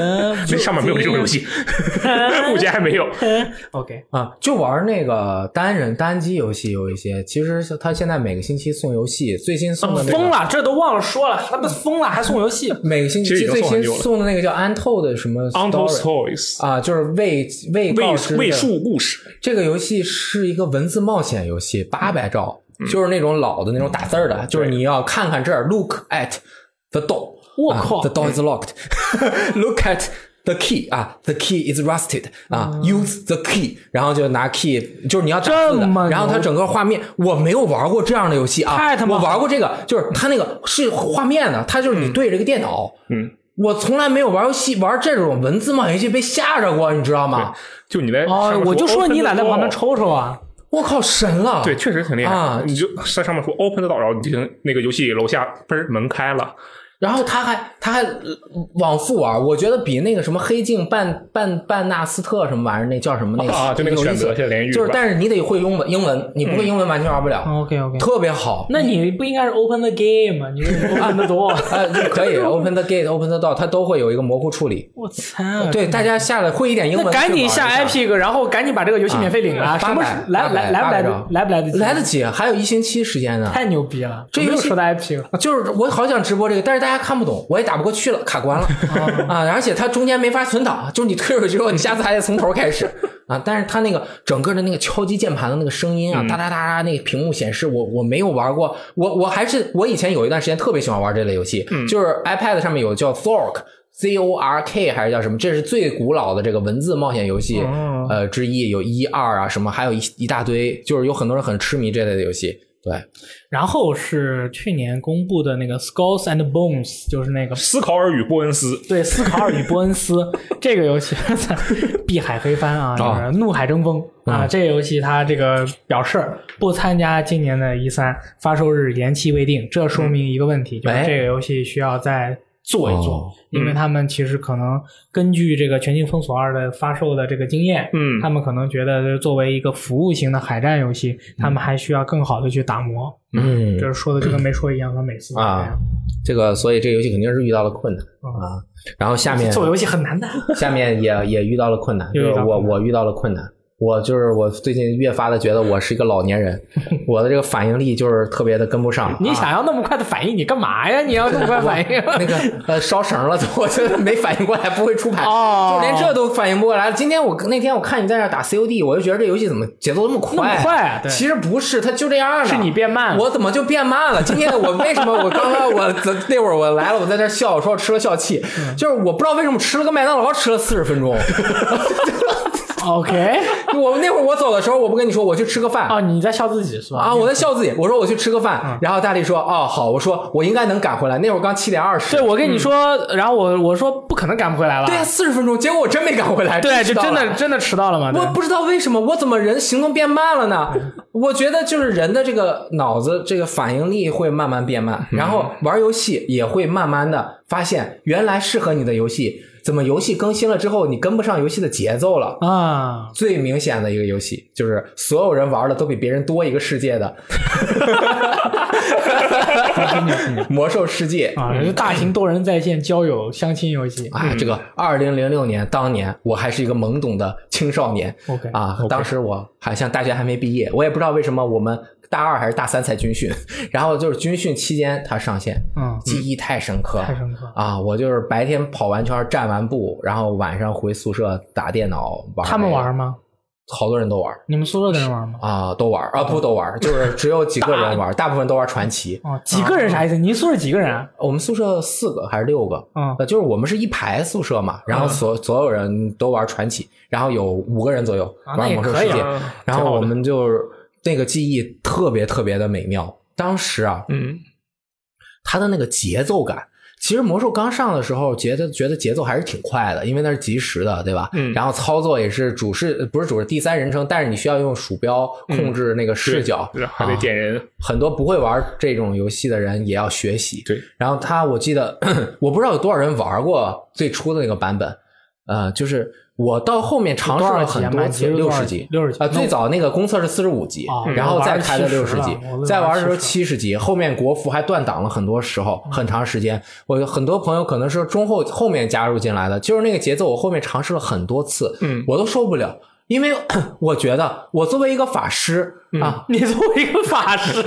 Speaker 3: 那上嗯 面没有这种游戏， 目前还没有。
Speaker 1: OK，
Speaker 2: 啊，就玩那个单人单机游戏有一些，其实是他现在每个星期送游戏，最新送的那个、
Speaker 3: 啊
Speaker 1: 疯了，这都忘了说了，他们疯了还送游戏。
Speaker 2: 每个星
Speaker 3: 其实
Speaker 2: 期
Speaker 3: 已经
Speaker 2: 最
Speaker 3: 送很
Speaker 2: 新
Speaker 3: 久了
Speaker 2: 送的那个叫安透的什么
Speaker 3: u n t o
Speaker 1: 啊
Speaker 2: Story
Speaker 3: Toys
Speaker 2: 啊，就是未未告知
Speaker 3: 未
Speaker 2: 的
Speaker 3: 未述故事，
Speaker 2: 这个游戏是一个文字冒险游戏，八百兆，
Speaker 1: 嗯
Speaker 2: 就是那种老的那种打字儿的，就是你要看看这儿，look at the door，
Speaker 1: 我
Speaker 2: 啊
Speaker 1: 靠
Speaker 2: ，the door is locked，look at。The key 啊，the key is rusted 啊、u
Speaker 1: 哦
Speaker 2: s e the key，然后就拿 key，就是你要打字
Speaker 1: 这么
Speaker 2: 的，然后它
Speaker 1: 牛
Speaker 2: 整个画面，我没有玩过这样的游戏啊，
Speaker 1: 太他妈
Speaker 2: 我
Speaker 1: 好
Speaker 2: 玩过这个，就是它那个是画面的，它就是你对着一个电脑，
Speaker 3: 嗯，
Speaker 2: 我从来没有玩游戏玩这种文字冒险游戏被吓着过，你知道吗？
Speaker 3: 就你在上
Speaker 1: 哦
Speaker 3: 面，
Speaker 1: 我就说
Speaker 3: open
Speaker 1: 你
Speaker 3: the
Speaker 1: 俩在旁边
Speaker 3: door
Speaker 1: 抽抽啊！
Speaker 2: 我靠，神了！
Speaker 3: 对，确实挺厉害。
Speaker 2: 啊
Speaker 3: 你就在上面说 open the door，然后你就听那个游戏楼下嘣儿门开了，
Speaker 2: 然后他还他还呃往复玩，我觉得比那个什么黑镜半半半纳斯特什么玩意儿那叫什么那个
Speaker 3: 啊就那个
Speaker 2: 有意思
Speaker 3: 选择是连续
Speaker 2: 就是
Speaker 3: 吧嗯
Speaker 2: 但是你得会英文，英文你不会英文完全玩不了，
Speaker 1: OK OK，
Speaker 2: 特别好。
Speaker 1: 哦那你不应该是 open the game 吗？你为什么 open the door？
Speaker 2: 呃，就可以 open the gate, open the door，它都会有一个模糊处理。
Speaker 1: 我操！
Speaker 2: 对，大家下来会一点英文，
Speaker 1: 嗯那赶紧下
Speaker 2: 去玩一
Speaker 1: Epic，然后赶紧把这个游戏免费领了。
Speaker 2: 啊
Speaker 1: 什么时
Speaker 2: 800
Speaker 1: 来来来不来
Speaker 2: 800
Speaker 1: 得
Speaker 2: 张
Speaker 1: 来不来得及？
Speaker 2: 来得及，啊还有一星期时间呢。
Speaker 1: 太牛逼了！
Speaker 2: 这
Speaker 1: 没有
Speaker 2: 游戏
Speaker 1: 说到 Epic 了。
Speaker 2: 就是我好想直播这个，但是大家看不懂，我也打不过去了，卡关了啊！而且它中间没法存档，就是你退出去之后，你下次还得从头开始啊！但是它那个整个的那个敲击键盘的那个声音啊，哒哒哒哒，那个屏幕显示，我我没有玩过，我我还是我以前有一段时间特别喜欢玩这类游戏，就是 iPad 上面有叫 Zork。Z O R K 还是叫什么？这是最古老的这个文字冒险游戏，呃，之一有一二啊什么，还有一一大堆，就是有很多人很痴迷这类的游戏。对，
Speaker 1: 然后是去年公布的那个 Skulls and Bones，就是那个
Speaker 3: 斯考尔与波恩斯，
Speaker 1: 对斯考尔与波恩 斯这个游戏， 碧海黑帆啊，就是怒海争锋
Speaker 2: 嗯
Speaker 1: 啊，这个游戏它这个表示不参加今年的一 E 三发售日延期未定，这说明一个问题，就是
Speaker 2: 嗯哎
Speaker 1: 这个游戏需要再做一做
Speaker 2: 哦，
Speaker 1: 因为他们其实可能根据这个《全境封锁二》的发售的这个经验，
Speaker 3: 嗯
Speaker 1: 他们可能觉得作为一个服务型的海战游戏，他们还需要更好的去打磨。
Speaker 2: 嗯
Speaker 1: 就是说的就跟没说一样，他每次都这样
Speaker 2: 啊。这个，所以这个游戏肯定是遇到了困难啊。然后下面
Speaker 1: 做游戏很难的，
Speaker 2: 下面也也遇到了困难，
Speaker 1: 又
Speaker 2: 就
Speaker 1: 遇到
Speaker 2: 是我
Speaker 1: 困难
Speaker 2: 我遇到了困难，我就是我最近越发的觉得我是一个老年 人，我的这个反应力就是特别的跟不上。
Speaker 1: 你
Speaker 2: 啊
Speaker 1: 想要那么快的反应，你干嘛呀？你要那么快反应？
Speaker 2: 那个呃烧绳了， 我觉得没反应过来，不会出牌，
Speaker 1: 哦
Speaker 2: 就连这都反应不过来。今天我那天我看你在那打 COD，我就觉得这游戏怎么节奏那么快？
Speaker 1: 那么快啊对
Speaker 2: 其实不是，它就这样的。
Speaker 1: 是你变慢了
Speaker 2: 我怎么就变慢了？今天我为什么我刚刚我那会儿我来了，我在这笑，我说我吃了笑气，
Speaker 1: 嗯
Speaker 2: 就是我不知道为什么吃了个麦当劳吃了四十 分钟。
Speaker 1: OK，
Speaker 2: 我那会儿我走的时候，我不跟你说我去吃个饭。
Speaker 1: 哦，嗯你在笑自己是吧？
Speaker 2: 啊！我在笑自己，我说我去吃个饭，然后大力说：“哦，好。”我说我应该能赶回来。那会儿刚七点二十
Speaker 1: 对，，我跟你说，然后我我说不可能赶不回来了，
Speaker 2: 对呀，四十分钟，结果我真没赶回来。
Speaker 1: 啊对，就
Speaker 2: 迟到
Speaker 1: 真
Speaker 2: 了
Speaker 1: 的真的迟到了嘛？对
Speaker 2: 我不知道为什么，我怎么人行动变慢了
Speaker 1: 嗯
Speaker 2: 呢？我觉得就是人的这个脑子这个反应力会慢慢变
Speaker 1: 嗯
Speaker 2: 慢，然后玩游戏也会慢慢的发现，原来适合你的游戏，怎么游戏更新了之后你跟不上游戏的节奏了。
Speaker 1: 啊，
Speaker 2: 最明显的一个游戏就是所有人玩的都比别人多一个 世界的 魔兽世界
Speaker 1: 啊，就是大型多人在线交友相亲游戏。
Speaker 2: 嗯啊，这个二零零六年当年，我还是一个懵懂的青少年
Speaker 1: OK
Speaker 2: 啊，当时我好像大学还没毕业，我也不知道为什么我们大二还是大三才军训， 然后就是军训期间它上线，
Speaker 1: 嗯，
Speaker 2: 记忆太深刻了，
Speaker 1: 太深刻了
Speaker 2: 啊！我就是白天跑完圈、站完步，然后晚上回宿舍打电脑玩。
Speaker 1: 他们玩，吗？
Speaker 2: 好多人都玩
Speaker 1: 你们宿舍的人玩吗？
Speaker 2: 啊，都玩啊，不都玩，就是只有几个 人玩，大部分都玩传奇。
Speaker 1: 哦，几个人啥意思？你宿舍几个人啊？
Speaker 2: 我们宿舍四个还是六个？
Speaker 1: 嗯
Speaker 2: 呃，就是我们是一排宿舍嘛，然后所、所有人都玩传奇，然后有五个人左右
Speaker 1: 啊那
Speaker 2: 玩
Speaker 1: 也
Speaker 2: 魔兽
Speaker 1: 可以
Speaker 2: 世界，
Speaker 3: 啊
Speaker 2: 然后我们就是那个记忆特别特别的美妙。当时啊，
Speaker 3: 嗯，
Speaker 2: 它的那个节奏感，其实魔兽刚上的时候，觉得觉得节奏还是挺快的，因为那是即时的，对吧？
Speaker 3: 嗯
Speaker 2: 然后操作也是主视呃不是主视第三人称，但是你需要用鼠标
Speaker 1: 嗯
Speaker 2: 控制那个视角，
Speaker 3: 对还得
Speaker 2: 啊
Speaker 3: 点人，
Speaker 2: 很多不会玩这种游戏的人也要学习。
Speaker 3: 对，
Speaker 2: 然后他我记得 我不知道有多少人玩过最初的那个版本，呃，就是我到后面尝试
Speaker 1: 多少
Speaker 2: 了
Speaker 1: 集啊
Speaker 2: 很多
Speaker 1: 满级
Speaker 2: 次，
Speaker 1: 是
Speaker 2: 六
Speaker 1: 多少
Speaker 2: 十
Speaker 1: 集
Speaker 2: 级，
Speaker 1: 60集
Speaker 2: 啊，最早那个公测是四十五级
Speaker 1: 哦，
Speaker 2: 然后再开的六十级
Speaker 1: 我玩70了，
Speaker 2: 再玩的时候
Speaker 1: 我玩70
Speaker 2: 七十级，后面国服还断档了很多时候，很长时间。我有很多朋友可能是中后后面加入进来的，就是那个节奏，我后面尝试了很多次，
Speaker 3: 嗯
Speaker 2: 我都受不了，因为我觉得我作为一个法师。啊。
Speaker 1: 你作为一个法 师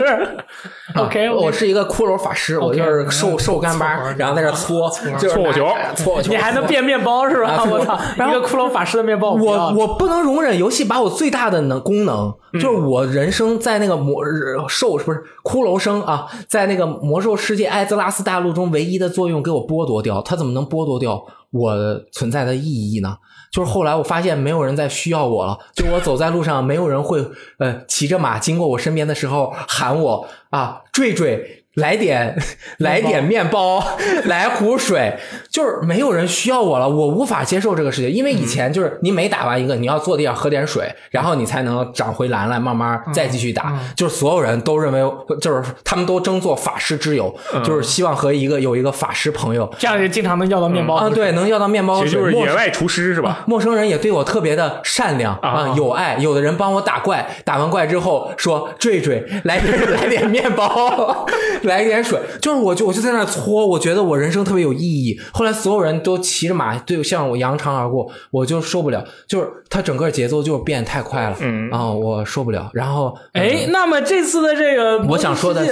Speaker 1: ，OK，
Speaker 2: 我是一个骷髅法师，我
Speaker 1: OK，
Speaker 2: 就是瘦瘦干
Speaker 1: 搓会
Speaker 2: 巴
Speaker 1: 儿，
Speaker 2: 然后在这搓，就是
Speaker 3: 搓火球
Speaker 2: 哎搓火球，
Speaker 1: 你还能变面包是吧？
Speaker 2: 啊
Speaker 1: 我操，
Speaker 2: 然
Speaker 1: 一
Speaker 2: 后
Speaker 1: 个骷髅法师的面包，不要
Speaker 2: 我嗯
Speaker 1: 了
Speaker 2: 我不能容忍游戏把我最大的能功能，就是我人生在那个魔呃兽不是骷髅生啊，在那个魔兽世界艾泽拉斯大陆中唯一的作用给我剥夺掉，它怎么能剥夺掉我存在的意义呢？就是后来我发现没有人再需要我了，就我走在路上，没有人会呃骑着马经过我身边的时候喊我啊坠坠。来 点，来点面包，来壶水，就是没有人需要我了，我无法接受这个事情，因为
Speaker 3: 嗯
Speaker 2: 以前就是你每打完一个，你要坐地上喝点水，然后你才能长回蓝来，慢慢
Speaker 3: 嗯
Speaker 2: 再继续打。就是所有人都认为，就是他们都争做法师之友，
Speaker 3: 嗯
Speaker 2: 就是希望和一个有一个法师朋友
Speaker 1: 这样就经常能要到
Speaker 3: 哦
Speaker 1: 面包
Speaker 2: 啊，对，能要到
Speaker 1: 哦
Speaker 2: 面包
Speaker 3: 也
Speaker 2: 和水。
Speaker 3: 就是
Speaker 2: 陌
Speaker 3: 野外厨师是吧？
Speaker 2: 陌生人也对我特别的善良啊、有爱。有的人帮我打怪，打完怪之后说：“坠坠，来点来点面包， 来点水。”就是我就我就在那儿搓，我觉得我人生特别有意义。后来所有人都骑着马对向我扬长而过，我就受不了。就是他整个节奏就变得太快了，
Speaker 3: 嗯
Speaker 2: 啊、我受不了。然后呃
Speaker 1: 哎，那么这次的这个，
Speaker 2: 我想说的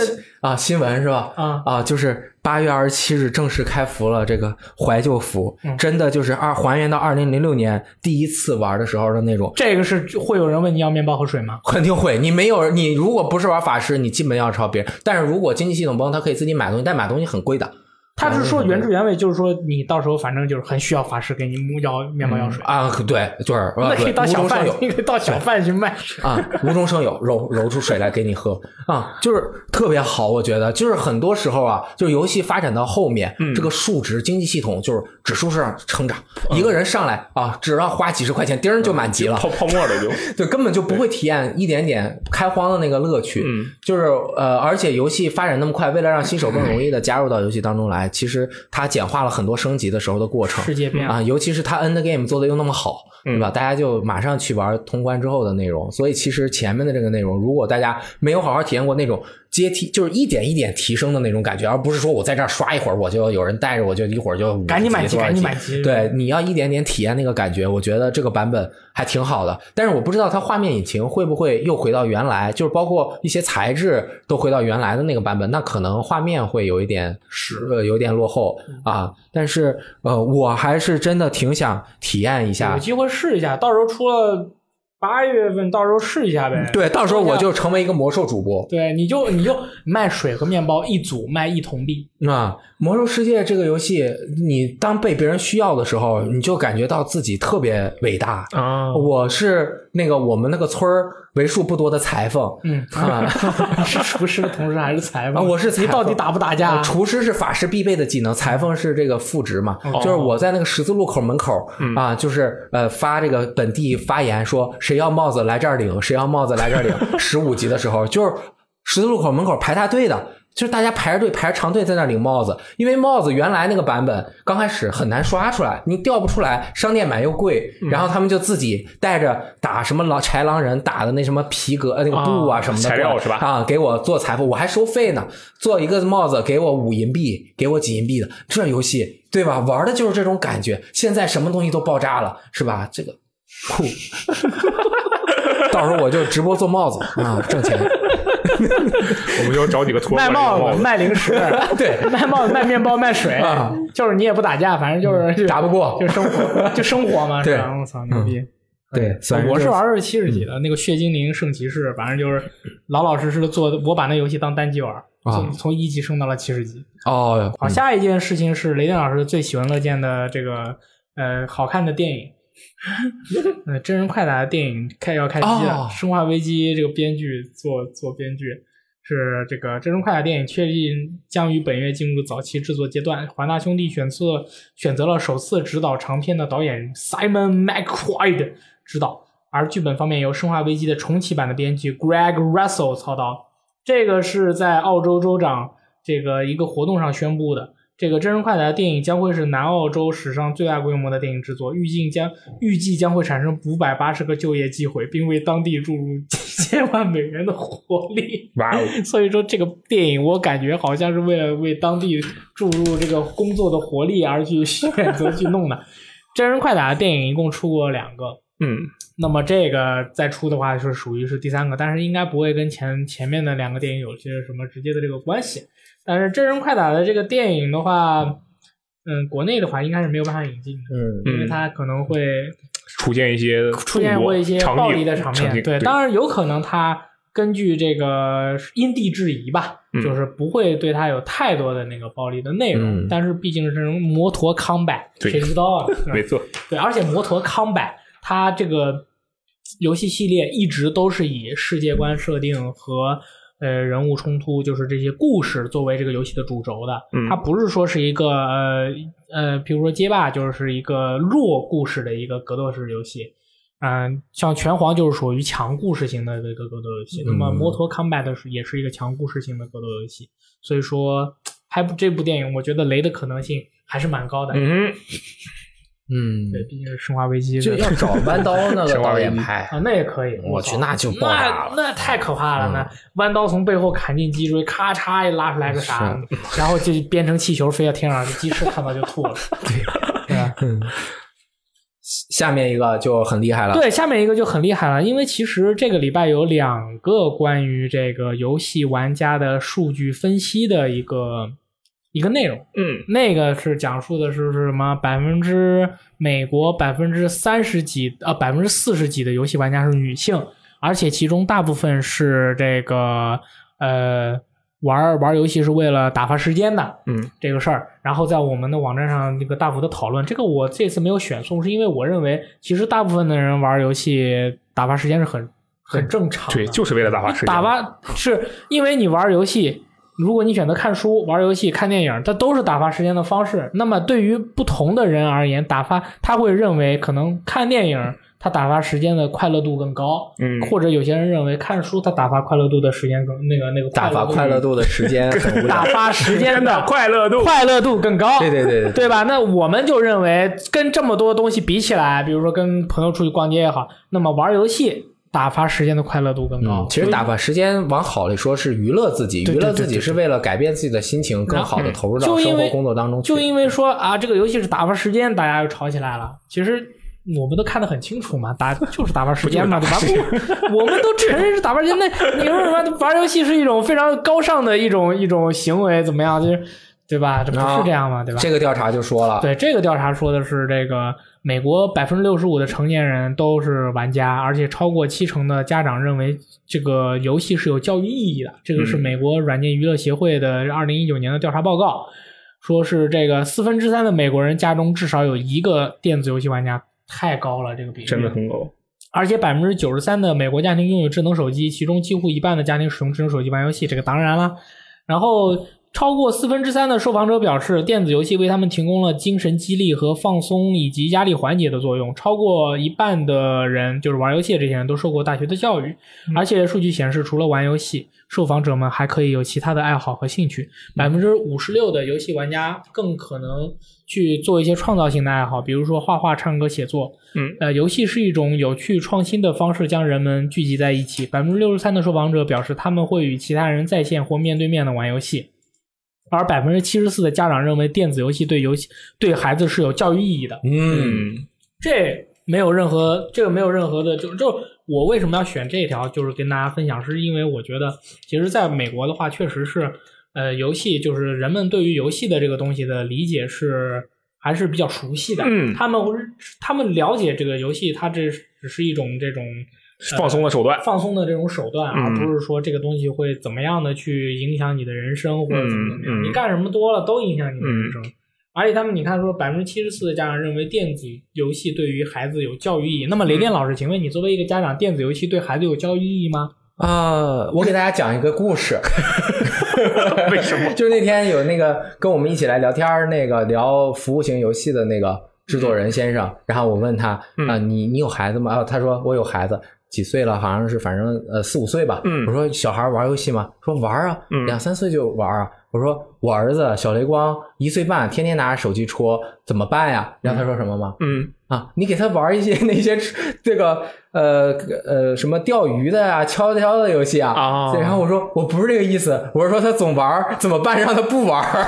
Speaker 2: 啊，新闻是吧？
Speaker 1: 啊
Speaker 2: 就是八月二十七日正式开服了这个怀旧服，
Speaker 1: 嗯
Speaker 2: 真的就是二还原到二零零六年第一次玩的时候的那种。
Speaker 1: 这个是会有人问你要面包和水吗？
Speaker 2: 肯定会，你没有你如果不是玩法师，你基本要超别人。但是如果经济系统崩，他可以自己买东西，但买东西很贵的
Speaker 1: 他是说原汁原味，就是说你到时候反正就是很需要法师给你要面包要水，
Speaker 2: 啊。对，就是
Speaker 1: 那
Speaker 2: 呃
Speaker 1: 可以
Speaker 2: 对
Speaker 1: 到
Speaker 2: 无
Speaker 1: 小
Speaker 2: 中生
Speaker 1: 贩
Speaker 2: 有，
Speaker 1: 你可以到小贩去卖。
Speaker 2: 啊，无中生有，揉揉出水来给你喝啊，就是特别好，我觉得就是很多时候啊，就是游戏发展到后面，这个数值经济系统就是指数上成长，一个人上来啊，只要花几十块钱，叮儿就满
Speaker 1: 啊
Speaker 2: 级了，
Speaker 3: 泡泡沫了 就，
Speaker 2: 对，根本就不会体验一点点开荒的那个乐趣。
Speaker 3: 嗯，
Speaker 2: 就是呃，而且游戏发展那么快，为了让新手更容易的加入到游戏当中来，其实它简化了很多升级的时候的过程。
Speaker 1: 世界变了
Speaker 2: 啊，尤其是它 end game 做的又那么好，
Speaker 1: 嗯
Speaker 2: 对吧？大家就马上去玩通关之后的内容。所以其实前面的这个内容，如果大家没有好好体验过那种阶梯，就是一点一点提升的那种感觉，而不是说我在这儿刷一会儿，我就有人带着我就一会儿就
Speaker 1: 赶紧买
Speaker 2: 级，
Speaker 1: 级，赶紧买级。
Speaker 2: 对，你要一点点体验那个感觉，我觉得这个版本还挺好的。但是我不知道它画面引擎会不会又回到原来，就是包括一些材质都回到原来的那个版本，那可能画面会有一点是呃有点落后啊。但是呃，我还是真的挺想体验一
Speaker 1: 有
Speaker 2: 下。
Speaker 1: 机会试一下，到时候出了八月份，到时候试一下呗。
Speaker 2: 对，到时候我就成为一个魔兽主播。
Speaker 1: 对，你就你就卖水和面包一组，卖一铜币。
Speaker 2: 啊，魔兽世界这个游戏，你当被别人需要的时候，你就感觉到自己特别伟大。
Speaker 3: 啊
Speaker 2: 我是那个我们那个村儿为数不多的裁缝，
Speaker 1: 嗯，
Speaker 2: 啊，
Speaker 1: 是厨师的同时还是裁缝啊
Speaker 2: 啊我是裁缝呃
Speaker 1: 你到底打不打架？
Speaker 2: 厨师是法师必备的技能，裁缝是这个副职嘛。
Speaker 1: 哦
Speaker 2: 就是我在那个十字路口门口
Speaker 1: 嗯
Speaker 2: 啊，就是呃发这个本地发言说谁要帽子来这儿领，谁要帽子来这儿领。十五级的时候，就是十字路口门口排大队的。就是大家排着队排着长队在那儿领帽子，因为帽子原来那个版本刚开始很难刷出来，你调不出来，商店买又贵，
Speaker 1: 嗯
Speaker 2: 然后他们就自己带着打什么狼豺狼人打的那什么皮革呃那个布
Speaker 1: 哦
Speaker 2: 啊什么的
Speaker 3: 材料
Speaker 2: 过来
Speaker 3: 是吧
Speaker 2: 啊，给我做裁缝，我还收费呢，做一个帽子给我五银币，给我几银币的，这游戏对吧？玩的就是这种感觉。现在什么东西都爆炸了，是吧？这个酷， 到时候我就直播做帽子啊，挣钱。
Speaker 3: 我们就找几个脱
Speaker 1: 卖帽子，卖零 食，
Speaker 2: 对，
Speaker 1: 卖帽子，卖面包，卖水
Speaker 2: 啊，
Speaker 1: 就是你也不打架，反正就是
Speaker 2: 打不过
Speaker 1: 就生活，就生活嘛。
Speaker 2: 对
Speaker 1: 是吧我操，牛逼！
Speaker 2: 对，虽然
Speaker 1: 我是玩的是七十级的，那个血精灵圣骑士，反正就是老老实实的做。我把那游戏当单机玩，从从一级升到了七十级。
Speaker 2: 哦，
Speaker 1: 好，下一件事情是雷电老师最喜闻乐见的这个呃好看的电影，呃真人快打的电影开要开机了，
Speaker 2: 哦
Speaker 1: 生化危机》这个编剧做做编剧是这个真人快打电影确定将于本月进入早期制作阶段。华纳兄弟选择选择了首次执导长片的导演 Simon McQuaid 执导，而剧本方面由《生化危机》的重启版的编剧 Greg Russell 操刀。这个是在澳洲州长这个一个活动上宣布的。这个真人快打的电影将会是南澳洲史上最大规模的电影制作，预计将预计将会产生五百八十个就业机会，并为当地注入几千万美元的活力。
Speaker 3: 哇哦，
Speaker 1: 所以说，这个电影我感觉好像是为了为当地注入这个工作的 活力而去选择去弄的。真人快打的电影一共出过两个，
Speaker 3: 嗯
Speaker 1: 那么这个再出的话，就是属于是第三个，但是应该不会跟前前面的两个电影有些什么直接的这个关系。但是《真人快打》的这个电影的话，嗯，国内的话应该是没有办法引进的，
Speaker 4: 嗯，
Speaker 1: 因为
Speaker 3: 嗯，
Speaker 1: 它可能会
Speaker 3: 出现一些
Speaker 1: 出现过一些
Speaker 3: 场
Speaker 1: 暴
Speaker 3: 景
Speaker 1: 力的场
Speaker 3: 景
Speaker 1: 面。
Speaker 3: 对，
Speaker 1: 当然有可能它根据这个因地制宜吧，
Speaker 3: 嗯
Speaker 1: 就是不会对它有太多的那个暴力的内容。
Speaker 2: 嗯
Speaker 1: 但是毕竟是这种摩托 combat，
Speaker 3: 对
Speaker 1: 谁知 道啊？
Speaker 3: 没错，
Speaker 1: 对，而且摩托 combat 它这个游戏系列一直都是以世界观设定和呃人物冲突，就是这些故事作为这个游戏的主轴的。
Speaker 3: 嗯
Speaker 1: 它不是说是一个呃呃，比如说街霸就是一个弱故事的一个格斗式游戏。嗯、像拳皇就是属于强故事型的这个格斗游戏，那么
Speaker 2: 嗯
Speaker 1: 摩托 combat 是也是一个强故事型的格斗游戏，所以说拍部这部电影，我觉得雷的可能性还是蛮高的。
Speaker 3: 嗯，
Speaker 2: 嗯，
Speaker 1: 对，毕竟是《生化危机》
Speaker 2: 就
Speaker 1: 的
Speaker 2: 要找弯刀那个
Speaker 3: 神话
Speaker 2: 导
Speaker 3: 危
Speaker 2: 演
Speaker 3: 机
Speaker 2: 拍，
Speaker 1: 啊，那也可以。
Speaker 2: 我去，
Speaker 1: 操
Speaker 2: 那就爆炸
Speaker 1: 那
Speaker 2: 了。嗯
Speaker 1: 那太可怕了！那弯刀从背后砍进脊椎，咔嚓一拉出来个 啥，然后就变成气球飞到天上，鸡翅看到就吐 了。
Speaker 2: 啊
Speaker 1: 对吧，
Speaker 2: 下面一个就很厉害了，
Speaker 1: 对，下面一个就很厉害了，因为其实这个礼拜有两个关于这个游戏玩家的数据分析的一个一个内容。
Speaker 3: 嗯，
Speaker 1: 那个是讲述的是是什么？百分之美国百分之三十几啊，百分之四十几的游戏玩家是女性，而且其中大部分是这个呃玩玩游戏是为了打发时间的，
Speaker 3: 嗯，
Speaker 1: 这个事儿。然后在我们的网站上这个大幅的讨论，这个我这次没有选送，是因为我认为其实大部分的人玩游戏打发时间是很很正常的，
Speaker 3: 对，就是为了打发时间，
Speaker 1: 啊打发 是因为你玩游戏，如果你选择看书、玩游戏、看电影，它都是打发时间的方式。那么对于不同的人而言，打发他会认为可能看电影他打发时间的快乐度更高，
Speaker 3: 嗯
Speaker 1: 或者有些人认为看书他打发快乐度的时间更那个那个
Speaker 2: 打发快乐度的时间很无
Speaker 1: 打
Speaker 2: 聊。
Speaker 1: 发时间的
Speaker 3: 快乐度，
Speaker 1: 快乐度更高。
Speaker 2: 对对对对，
Speaker 1: 对吧？那我们就认为跟这么多东西比起来，比如说跟朋友出去逛街也好，那么玩游戏打发时间的快乐度更高。
Speaker 2: 嗯，其实打发时间往好里说是娱乐自己，
Speaker 1: 啊对
Speaker 2: 娱
Speaker 1: 对
Speaker 2: 乐
Speaker 1: 对嗯
Speaker 2: 自己是为了改变自己的心情，更好的投入到
Speaker 1: 就因
Speaker 2: 生活
Speaker 1: 为
Speaker 2: 工作当中去。
Speaker 1: 就因为说啊，这个游戏是打发时间，大家又吵起来了。其实我们都看得很清楚嘛，打 就是打发时间嘛，对吧？ 不，我们都承认是打发时间。那 你说什么玩游戏是一种非常高尚的一种一种行为，怎么样？就是对吧？这不是这样嘛，对吧？
Speaker 2: 这个调查就说了，
Speaker 1: 对这个调查说的是，这个美国百分之六十五的成年人都是玩家，而且超过七成的家长认为这个游戏是有教育意义的。这个是
Speaker 3: 嗯
Speaker 1: 美国软件娱乐协会的二零一九年的调查报告，说是这个四分之三的美国人家中至少有一个电子游戏玩家，太高了这个比例。
Speaker 3: 真的很狗，
Speaker 1: 而且百分之九十三的美国家庭拥有智能手机，其中几乎一半的家庭使用智能手机玩游戏，这个当然了。然后，超过四分之三的受访者表示，电子游戏为他们提供了精神激励和放松以及压力缓解的作用。超过一半的人，就是玩游戏的这些人都受过大学的教育，而且数据显示，除了玩游戏，受访者们还可以有其他的爱好和兴趣。百分之五十六的游戏玩家更可能去做一些创造性的爱好，比如说画画、唱歌、写作。
Speaker 3: 嗯
Speaker 1: 呃，游戏是一种有趣创新的方式，将人们聚集在一起。百分之六十三的受访者表示，他们会与其他人在线或面对面的玩游戏。而百分之七十四的家长认为电子游戏对游戏对孩子是有教育意义的，
Speaker 2: 嗯，
Speaker 3: 嗯
Speaker 1: 这没有任何这个没有任何的就就我为什么要选这条，就是跟大家分享，是因为我觉得其实在美国的话，确实是呃游戏就是人们对于游戏的这个东西的理解是还是比较熟悉的，
Speaker 3: 嗯
Speaker 1: 他们会他们了解这个游戏，它这只是一种这种。
Speaker 3: 放松的手段，
Speaker 1: 放松的这种手段，
Speaker 3: 嗯
Speaker 1: 而不是说这个东西会怎么样的去影响你的人生或者怎么怎么样。
Speaker 3: 嗯嗯
Speaker 1: 你干什么多了都影响你的人生。而且他们，你看说百分之七十四的家长认为电子游戏对于孩子有教育意义。那么雷电老师，请问你作为一个家长，电子游戏对孩子有教育意义吗？
Speaker 2: 啊，我给大家讲一个故事，
Speaker 3: 为什 么？
Speaker 2: 就是那天有那个跟我们一起来聊天儿那个聊服务型游戏的那个制作人先生，然后我问他啊、
Speaker 3: 嗯
Speaker 2: 你你有孩子吗？啊，他说我有孩子，几岁了？好像是反正呃四五岁吧。
Speaker 3: 嗯
Speaker 2: 我说小孩玩游戏吗？说玩啊，
Speaker 3: 嗯
Speaker 2: 两三岁就玩啊。我说我儿子小雷光一岁半，天天拿着手机戳，怎么办呀？你知道他说什么吗？
Speaker 3: 嗯
Speaker 2: 啊，你给他玩一些 那些这个呃呃什么钓鱼的啊、敲敲的游戏啊。
Speaker 3: 啊
Speaker 2: 然后我说我不是这个意思，我是说他总玩儿怎么办？让他不玩儿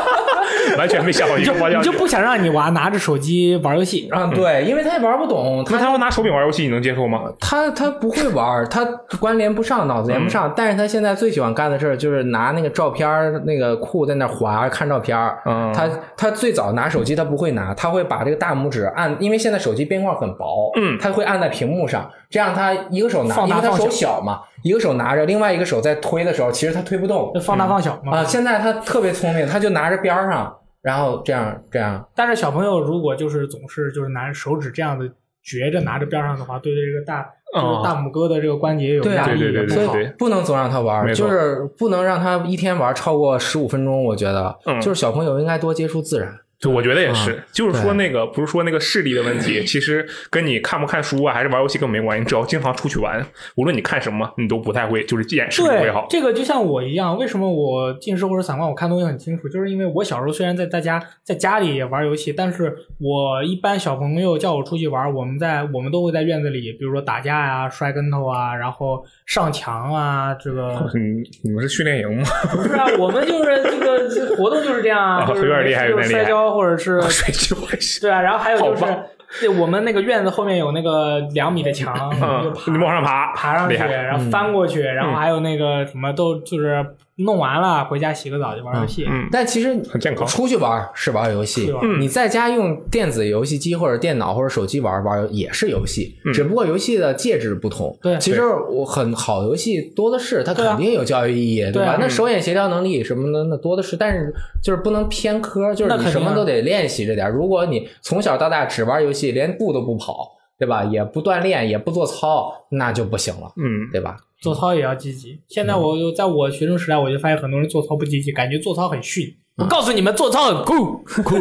Speaker 3: 完全没想好一个方向
Speaker 1: 你
Speaker 3: 去。
Speaker 1: 就不想让你娃拿着手机玩游戏，
Speaker 2: 啊？对，因为他也玩不懂，
Speaker 3: 那
Speaker 2: 他
Speaker 3: 他要拿手柄玩游戏，你能接受吗？
Speaker 2: 他他不会玩儿，他关联不上，脑子连不上。但是他现在最喜欢干的事儿就是拿那个照片儿那个库在那儿滑看照片儿。
Speaker 3: 嗯
Speaker 2: 他他最早拿手机他不会拿，他会把这个大拇指按，因为现在手机边框很薄，
Speaker 3: 嗯
Speaker 2: 他会按在屏幕上，这样他一个手拿，
Speaker 1: 放
Speaker 2: 因
Speaker 1: 大
Speaker 2: 为他
Speaker 1: 放小
Speaker 2: 手小嘛，一个手拿着，另外一个手在推的时候，其实他推不动
Speaker 1: 就放大放小嘛。
Speaker 3: 嗯
Speaker 2: 啊。现在他特别聪明，他就拿着边儿上，然后这样这样。
Speaker 1: 但是小朋友如果就是总是就是拿手指这样子撅着拿着边上的话，对这个大就是大拇哥的这个关节有
Speaker 2: 对啊
Speaker 1: 压力，
Speaker 3: 嗯对对对
Speaker 1: 也不好
Speaker 3: 对。
Speaker 2: 不能总让他玩
Speaker 3: 没
Speaker 2: 儿，
Speaker 3: 错
Speaker 2: 就是不能让他一天玩超过十五分钟。我觉得，
Speaker 3: 嗯
Speaker 2: 就是小朋友应该多接触自然。
Speaker 3: 就我觉得也是，
Speaker 1: 嗯
Speaker 3: 就是说那个不是说那个视力的问题，其实跟你看不看书啊，还是玩游戏更没关系。你只要经常出去玩，无论你看什么，你都不太会，就是眼视力不会
Speaker 1: 对
Speaker 3: 好，。
Speaker 1: 这个就像我一样，为什么我近视或者散光，我看东西很清楚，就是因为我小时候虽然在大家在家里也玩游戏，但是我一般小朋友叫我出去玩，我们在我们都会在院子里，比如说打架呀、摔跟头啊，然后上墙啊，这 个
Speaker 3: 嗯，你们是训练 营吗？
Speaker 1: 不是啊，我们就是这个这活动就是这样啊，
Speaker 3: 啊
Speaker 1: 就是
Speaker 3: 有点厉害
Speaker 1: 就是
Speaker 3: 有点厉害
Speaker 1: 摔跤或者 是
Speaker 3: 睡觉还行。
Speaker 1: 对啊，然后还有就
Speaker 3: 好
Speaker 1: 是
Speaker 3: 吧
Speaker 1: 对我们那个院子后面有那个两米的墙，就
Speaker 3: 嗯，
Speaker 1: 爬
Speaker 3: 你往上爬，
Speaker 1: 爬上去，
Speaker 3: 厉害。嗯
Speaker 1: 然后翻过去，然后还有那个什么都就是弄完了，回家洗个澡就玩游戏。
Speaker 3: 嗯，
Speaker 2: 但其实
Speaker 3: 很健康
Speaker 2: 出去玩儿是玩儿游戏
Speaker 1: 是吧，
Speaker 2: 你在家用电子游戏机或者电脑或者手机玩儿玩儿也是游戏，只不过游戏的介质不同。
Speaker 1: 嗯对
Speaker 2: 其实我很好游戏多的是，它
Speaker 1: 对啊
Speaker 2: 肯定有教育意义，对
Speaker 1: 对啊
Speaker 2: 吧？那手眼协调能力什么的那多的是，但是就是不能偏科，就是
Speaker 1: 那
Speaker 2: 你
Speaker 1: 肯定
Speaker 2: 什
Speaker 1: 啊
Speaker 2: 么都得练习着点儿。如果你从小到大只玩游戏，连步都不跑，对吧？也不锻炼，也不做操，那就不行了，
Speaker 3: 嗯，
Speaker 2: 对吧？
Speaker 1: 做操也要积极。现在我就在我学生时代，我就发现很多人做操不积极，感觉做操很逊。
Speaker 3: 嗯
Speaker 1: 我告诉你们，做操很酷，
Speaker 2: 酷，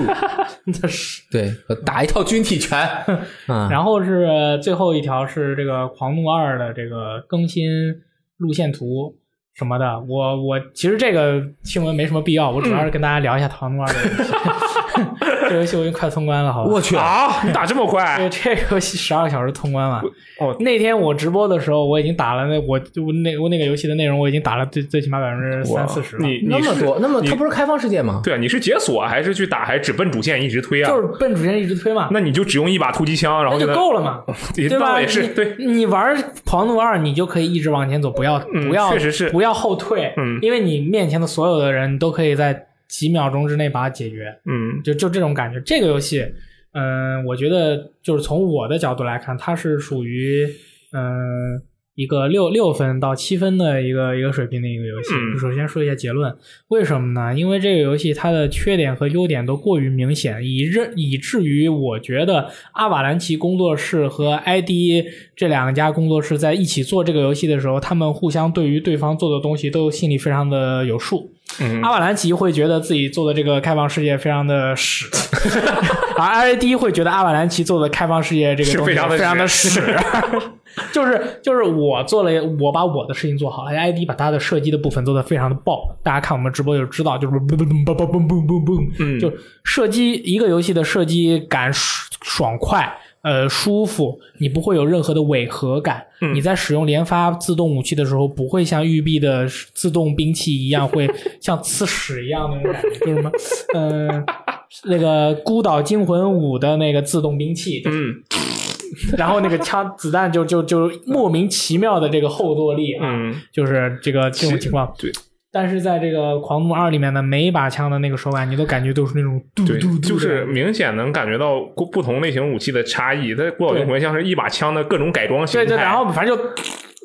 Speaker 1: 这是。
Speaker 2: 对，打一套军体 拳，嗯，
Speaker 1: 然后是最后一条是这个《狂怒二》的这个更新路线图什么的。我我其实这个新闻没什么必要，我主
Speaker 3: 嗯
Speaker 1: 要是跟大家聊一下《狂怒二》这 个游戏。 这游戏我已经快通关了，好吧？
Speaker 2: 我去，
Speaker 3: 啊，你打这么 快
Speaker 1: 对，这个游戏十二个小时通关了。
Speaker 3: 哦
Speaker 1: 那天我直播的时候，我已经打了那我就那我那个游戏的内容，我已经打了最最起码百分之
Speaker 3: 哇
Speaker 1: 三四十了。
Speaker 3: 你
Speaker 2: 那
Speaker 3: 你
Speaker 2: 么
Speaker 3: 是
Speaker 2: 多，那么
Speaker 3: 你
Speaker 2: 它不是开放世界吗？
Speaker 3: 对啊，你是解锁还是去打，还是只奔主线一直推啊？
Speaker 1: 就是奔主线一直推嘛，
Speaker 3: 那你就只用一把突击枪，然后
Speaker 1: 那就
Speaker 3: 能
Speaker 1: 够了嘛，
Speaker 3: 也
Speaker 1: 对吧？
Speaker 3: 倒也是
Speaker 1: 你
Speaker 3: 对，
Speaker 1: 你玩狂怒二，你就可以一直往前走，不要
Speaker 3: 嗯
Speaker 1: 不要，
Speaker 3: 确实是
Speaker 1: 不要后退，
Speaker 3: 嗯
Speaker 1: 因为你面前的所有的人，你都可以在几秒钟之内把它解决，
Speaker 3: 嗯
Speaker 1: 就就这种感觉。这个游戏，嗯、我觉得就是从我的角度来看，它是属于嗯、呃一个六六分到七分的一个一个水平的一个游戏。
Speaker 3: 嗯
Speaker 1: 首先说一下结论，为什么呢？因为这个游戏它的缺点和优点都过于明显，以认以至于我觉得阿瓦兰奇工作室和 ID 这两家工作室在一起做这个游戏的时候，他们互相对于对方做的东西都心里非常的有数。
Speaker 3: 嗯
Speaker 1: 阿瓦兰奇会觉得自己做的这个开放世界非常的屎， 而 ID 会觉得阿瓦兰奇做的开放世界这个
Speaker 3: 是
Speaker 1: 东西
Speaker 3: 非常的
Speaker 1: 非常的 屎，就是就是我做了，我把我的事情做好了，ID 把他的射击的部分做得非常的爆，大家看我们直播就知道，就是嘣嘣嘣嘣嘣嘣嘣嘣嘣，
Speaker 3: 嗯
Speaker 1: 就射击一个游戏的射击感爽爽快，呃舒服，你不会有任何的违和感。
Speaker 3: 嗯
Speaker 1: 你在使用连发自动武器的时候，不会像育碧的自动兵器一样， 会像呲屎一样那种感觉，就是什么，呃，那个《孤岛惊魂五》的那个自动兵器，就是
Speaker 3: 嗯
Speaker 1: 然后那个枪子弹就就就莫名其妙的这个后坐力啊，
Speaker 3: 嗯，
Speaker 1: 就是这个这种情况。
Speaker 3: 对
Speaker 1: 但是在这个《狂怒二》里面呢，每一把枪的那个手感，你都感觉都是那种嘟嘟
Speaker 3: 对
Speaker 1: 嘟，的，
Speaker 3: 就是明显能感觉到不不同类型武器的差异。它《孤岛惊魂》像是一把枪的各种改装形
Speaker 1: 对
Speaker 3: 态，
Speaker 1: 对，然后反正就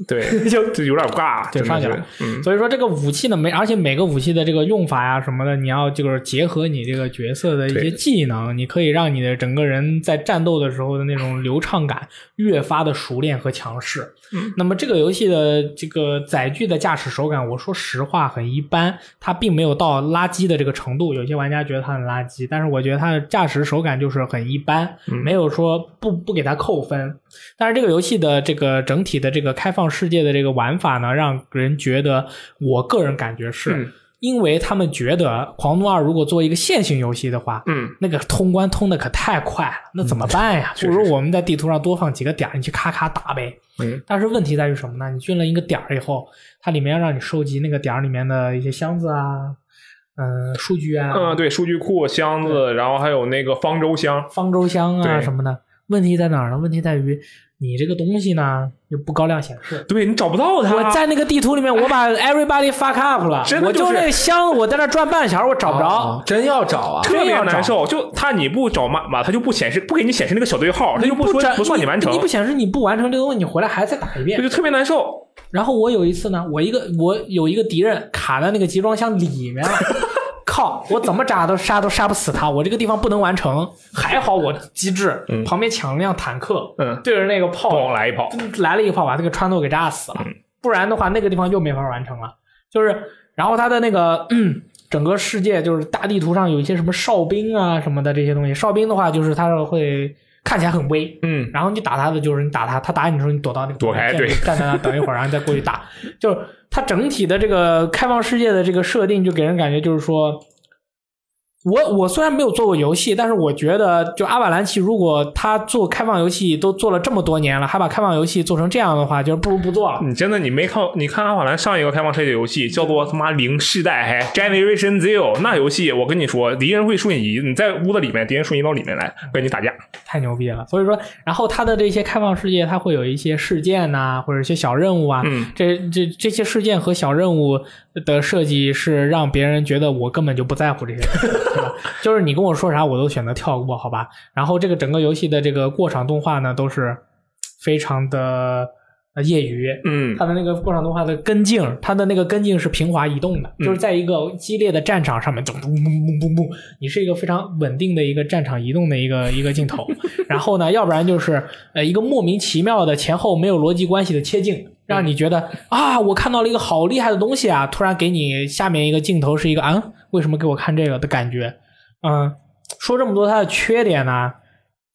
Speaker 3: 对 就就有点尬，
Speaker 1: 对
Speaker 3: 真的
Speaker 1: 上去
Speaker 3: 是
Speaker 1: 了
Speaker 3: 嗯，
Speaker 1: 所以说这个武器呢，没而且每个武器的这个用法呀什么的，你要就是结合你这个角色的一些
Speaker 3: 对
Speaker 1: 技能，你可以让你的整个人在战斗的时候的那种流畅感越发的熟练和强势。那么这个游戏的这个载具的驾驶手感，我说实话很一般，它并没有到垃圾的这个程度。有些玩家觉得它很垃圾，但是我觉得它的驾驶手感就是很一般，没有说不不给它扣分。但是这个游戏的这个整体的这个开放世界的这个玩法呢，让人觉得，我个人感觉是。
Speaker 3: 嗯
Speaker 1: 因为他们觉得《狂怒二》如果做一个线性游戏的话，
Speaker 3: 嗯，
Speaker 1: 那个通关通的可太快了，那怎么办呀？
Speaker 3: 确
Speaker 1: 不
Speaker 3: 实
Speaker 1: 如
Speaker 3: 是
Speaker 1: 我们在地图上多放几个点儿，你去咔咔打呗。
Speaker 3: 嗯，
Speaker 1: 但是问题在于什么呢？你进了一个点儿以后，它里面要让你收集那个点儿里面的一些箱子啊，嗯、数据啊，
Speaker 3: 嗯，对，数据库箱子，然后还有那个方舟箱，
Speaker 1: 方舟箱啊
Speaker 3: 对
Speaker 1: 什么的。问题在哪儿呢？问题在于你这个东西呢又不高亮显示。
Speaker 3: 对你找不到它。
Speaker 1: 我在那个地图里面，我把 everybody fuck up 了，
Speaker 3: 啊真的
Speaker 1: 我
Speaker 3: 就
Speaker 1: 就
Speaker 3: 是
Speaker 1: 那个箱，我在那转半小时，我找不着。
Speaker 2: 啊真要找啊！
Speaker 3: 特别
Speaker 1: 真要找
Speaker 3: 难受，就它你不找码码，它就不显示，不给你显示那个小对号，它就
Speaker 1: 不
Speaker 3: 说
Speaker 1: 展
Speaker 3: 不算完成
Speaker 1: 你，不显示你不完成这个东西，你回来还再打一
Speaker 3: 这
Speaker 1: 遍。
Speaker 3: 就特别难受。
Speaker 1: 然后我有一次呢，我一个我有一个敌人卡在那个集装箱里面了， 靠，我怎么扎都杀都杀不死他，我这个地方不能完成。还好我机智，旁边抢了辆坦克，
Speaker 3: 嗯，
Speaker 1: 对着那个炮
Speaker 3: 咣来一炮，
Speaker 1: 来了一炮，把那个川豆给炸死了。不然的话，那个地方又没法完成了。就是，然后它的那个、嗯、整个世界，就是大地图上有一些什么哨兵啊什么的这些东西。哨兵的话，就是它是会看起来很威，
Speaker 3: 嗯，
Speaker 1: 然后你打他的就是你打他，他打你的时候你躲到那个
Speaker 3: 躲开
Speaker 1: 建筑
Speaker 3: 对
Speaker 1: 站在那等一会儿， 然后你再过去打。就是它整体的这个开放世界的这个设定，就给人感觉就是说，我我虽然没有做过游戏，但是我觉得就阿瓦兰奇如果他做开放游戏都做了这么多年了，还把开放游戏做成这样的话，就是不如不做了。
Speaker 3: 你嗯真的你没看？你看阿瓦兰上一个开放世界游戏叫做他妈零世代，还 Generation Zero 那游戏，我跟你说，敌人会瞬移，你在屋子里面，敌人瞬移到里面来跟你打架。
Speaker 1: 太牛逼了。所以说，然后它的这些开放世界，它会有一些事件呐、或者一些小任务啊。
Speaker 3: 嗯
Speaker 1: 这这这些事件和小任务的设计是让别人觉得我根本就不在乎这些东西，对吧？ 就是你跟我说啥，我都选择跳过，好吧？然后这个整个游戏的这个过场动画呢，都是非常的呃业余，
Speaker 3: 嗯
Speaker 1: 它的那个过场动画的跟进儿，它的那个跟进是平滑移动的，就是在一个激烈的战场上面，咚咚咚咚咚咚，你是一个非常稳定的一个战场移动的一个一个镜头。 然后呢，要不然就是呃一个莫名其妙的前后没有逻辑关系的切镜，让你觉得啊我看到了一个好厉害的东西啊，突然给你下面一个镜头是一个啊为什么给我看这个的感觉。嗯，说这么多它的缺点呢、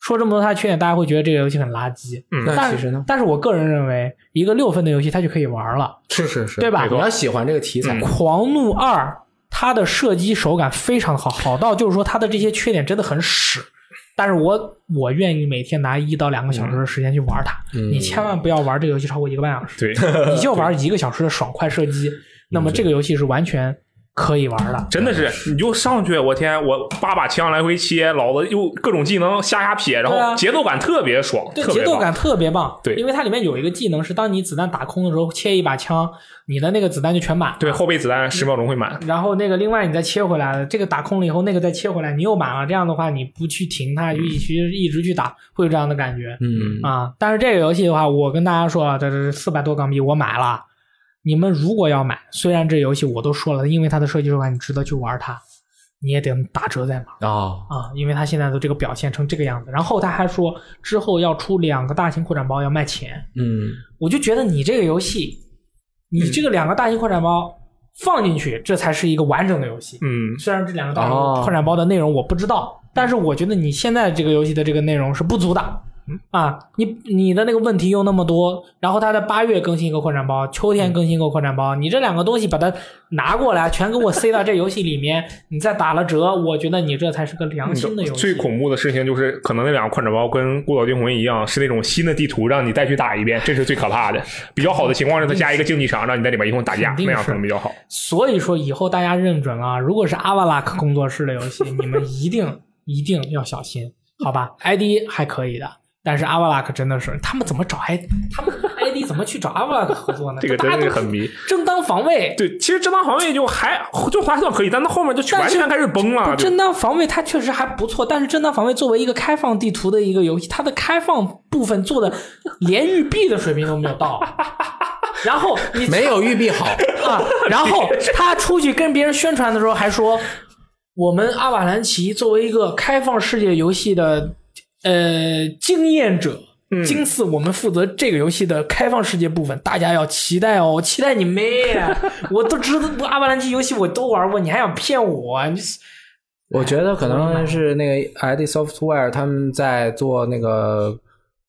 Speaker 1: 说这么多它的缺点，大家会觉得这个游戏很垃圾。
Speaker 2: 嗯那
Speaker 1: 但
Speaker 2: 其实
Speaker 1: 是
Speaker 2: 呢，，
Speaker 1: 但是我个人认为，一个六分的游戏它就可以玩了。
Speaker 2: 是是是，
Speaker 1: 对吧
Speaker 2: 你要喜欢这个题材
Speaker 3: 嗯，
Speaker 1: 狂怒二它的射击手感非常好，好到就是说它的这些缺点真的很屎。但是我我愿意每天拿一到两个小时的时间去玩它。你千万不要玩这个游戏超过一个半小时，
Speaker 3: 对，
Speaker 1: 你就玩一个小时的爽快射击， 那么这个游戏是完全可以玩的。
Speaker 3: 真的是，你就上去，我天，我八把枪来回切，老子又各种技能瞎瞎撇，然
Speaker 1: 对啊
Speaker 3: 后节奏感特别爽，
Speaker 1: 对，
Speaker 3: 特别
Speaker 1: 节奏
Speaker 3: 棒
Speaker 1: 感特别棒。
Speaker 3: 对
Speaker 1: 因为它里面有一个技能是，当你子弹打空的时候，切一把枪，你的那个子弹就全满了。
Speaker 3: 对，后备子弹十秒钟会满。
Speaker 1: 然后那个另外你再切回来了，这个打空了以后，那个再切回来，你又满了。这样的话，你不去停它，就一直一直去打，会有这样的感觉
Speaker 2: 嗯，
Speaker 1: 啊。但是这个游戏的话，我跟大家说啊，这这四百多港币我买了。你们如果要买，虽然这游戏我都说了，因为它的设计手感，你值得去玩它，你也得打折再买
Speaker 2: 啊，
Speaker 1: 啊，因为它现在的这个表现成这个样子。然后他还说之后要出两个大型扩展包，要卖钱。
Speaker 2: 嗯，
Speaker 1: 我就觉得你这个游戏，你这个两个大型扩展包放进去，这才是一个完整的游戏。
Speaker 3: 嗯，
Speaker 1: 虽然这两个大型
Speaker 2: 哦
Speaker 1: 扩展包的内容我不知道，但是我觉得你现在这个游戏的这个内容是不足的。
Speaker 3: 嗯
Speaker 1: 啊，你你的那个问题又那么多，然后它在八月更新一个扩展包，秋天更新一个扩展
Speaker 3: 嗯
Speaker 1: 包，你这两个东西把它拿过来，全给我塞到这游戏里面， 你再打了折，我觉得你这才是个良心的游戏。
Speaker 3: 嗯最恐怖的事情就是，可能那两个扩展包跟《孤岛惊魂》一样，是那种新的地图，让你再去打一遍，这是最可怕的。比较好的情况是，它加一个竞技场，让你在里面一通打架
Speaker 1: 肯，定
Speaker 3: 那
Speaker 1: 是
Speaker 3: 样可能比较好。
Speaker 1: 所以说以后大家认准了啊，如果是阿瓦拉克工作室的游 戏，你们一定一定要小心，好吧？ID 还可以的，但是阿瓦拉克真的是，他们怎么找 ID？他们 ID 怎么去找阿瓦拉克合作呢？
Speaker 3: 这个真
Speaker 1: 大家
Speaker 3: 是
Speaker 1: 都
Speaker 3: 很迷。
Speaker 1: 正当防卫。
Speaker 3: 对，其实正当防卫就还就还算可以，但它后面就完全开始崩了。
Speaker 1: 不
Speaker 3: 就
Speaker 1: 正当防卫它确实还不错，但是正当防卫作为一个开放地图的一个游戏，它的开放部分做的连育碧的水平都没有 到。然后你
Speaker 2: 没有玉璧好，
Speaker 1: 啊， 然后他出去跟别人宣传的时候还说，我们阿瓦兰奇作为一个开放世界游戏的呃经验者，今次我们负责这个游戏的开放世界部分，大家要期待哦，期待你妹啊！我都知道我阿瓦兰奇游戏我都玩过，你还想骗我？啊你
Speaker 2: 我觉
Speaker 3: 哎
Speaker 2: 得可能是那个 ID Software 他们在做那个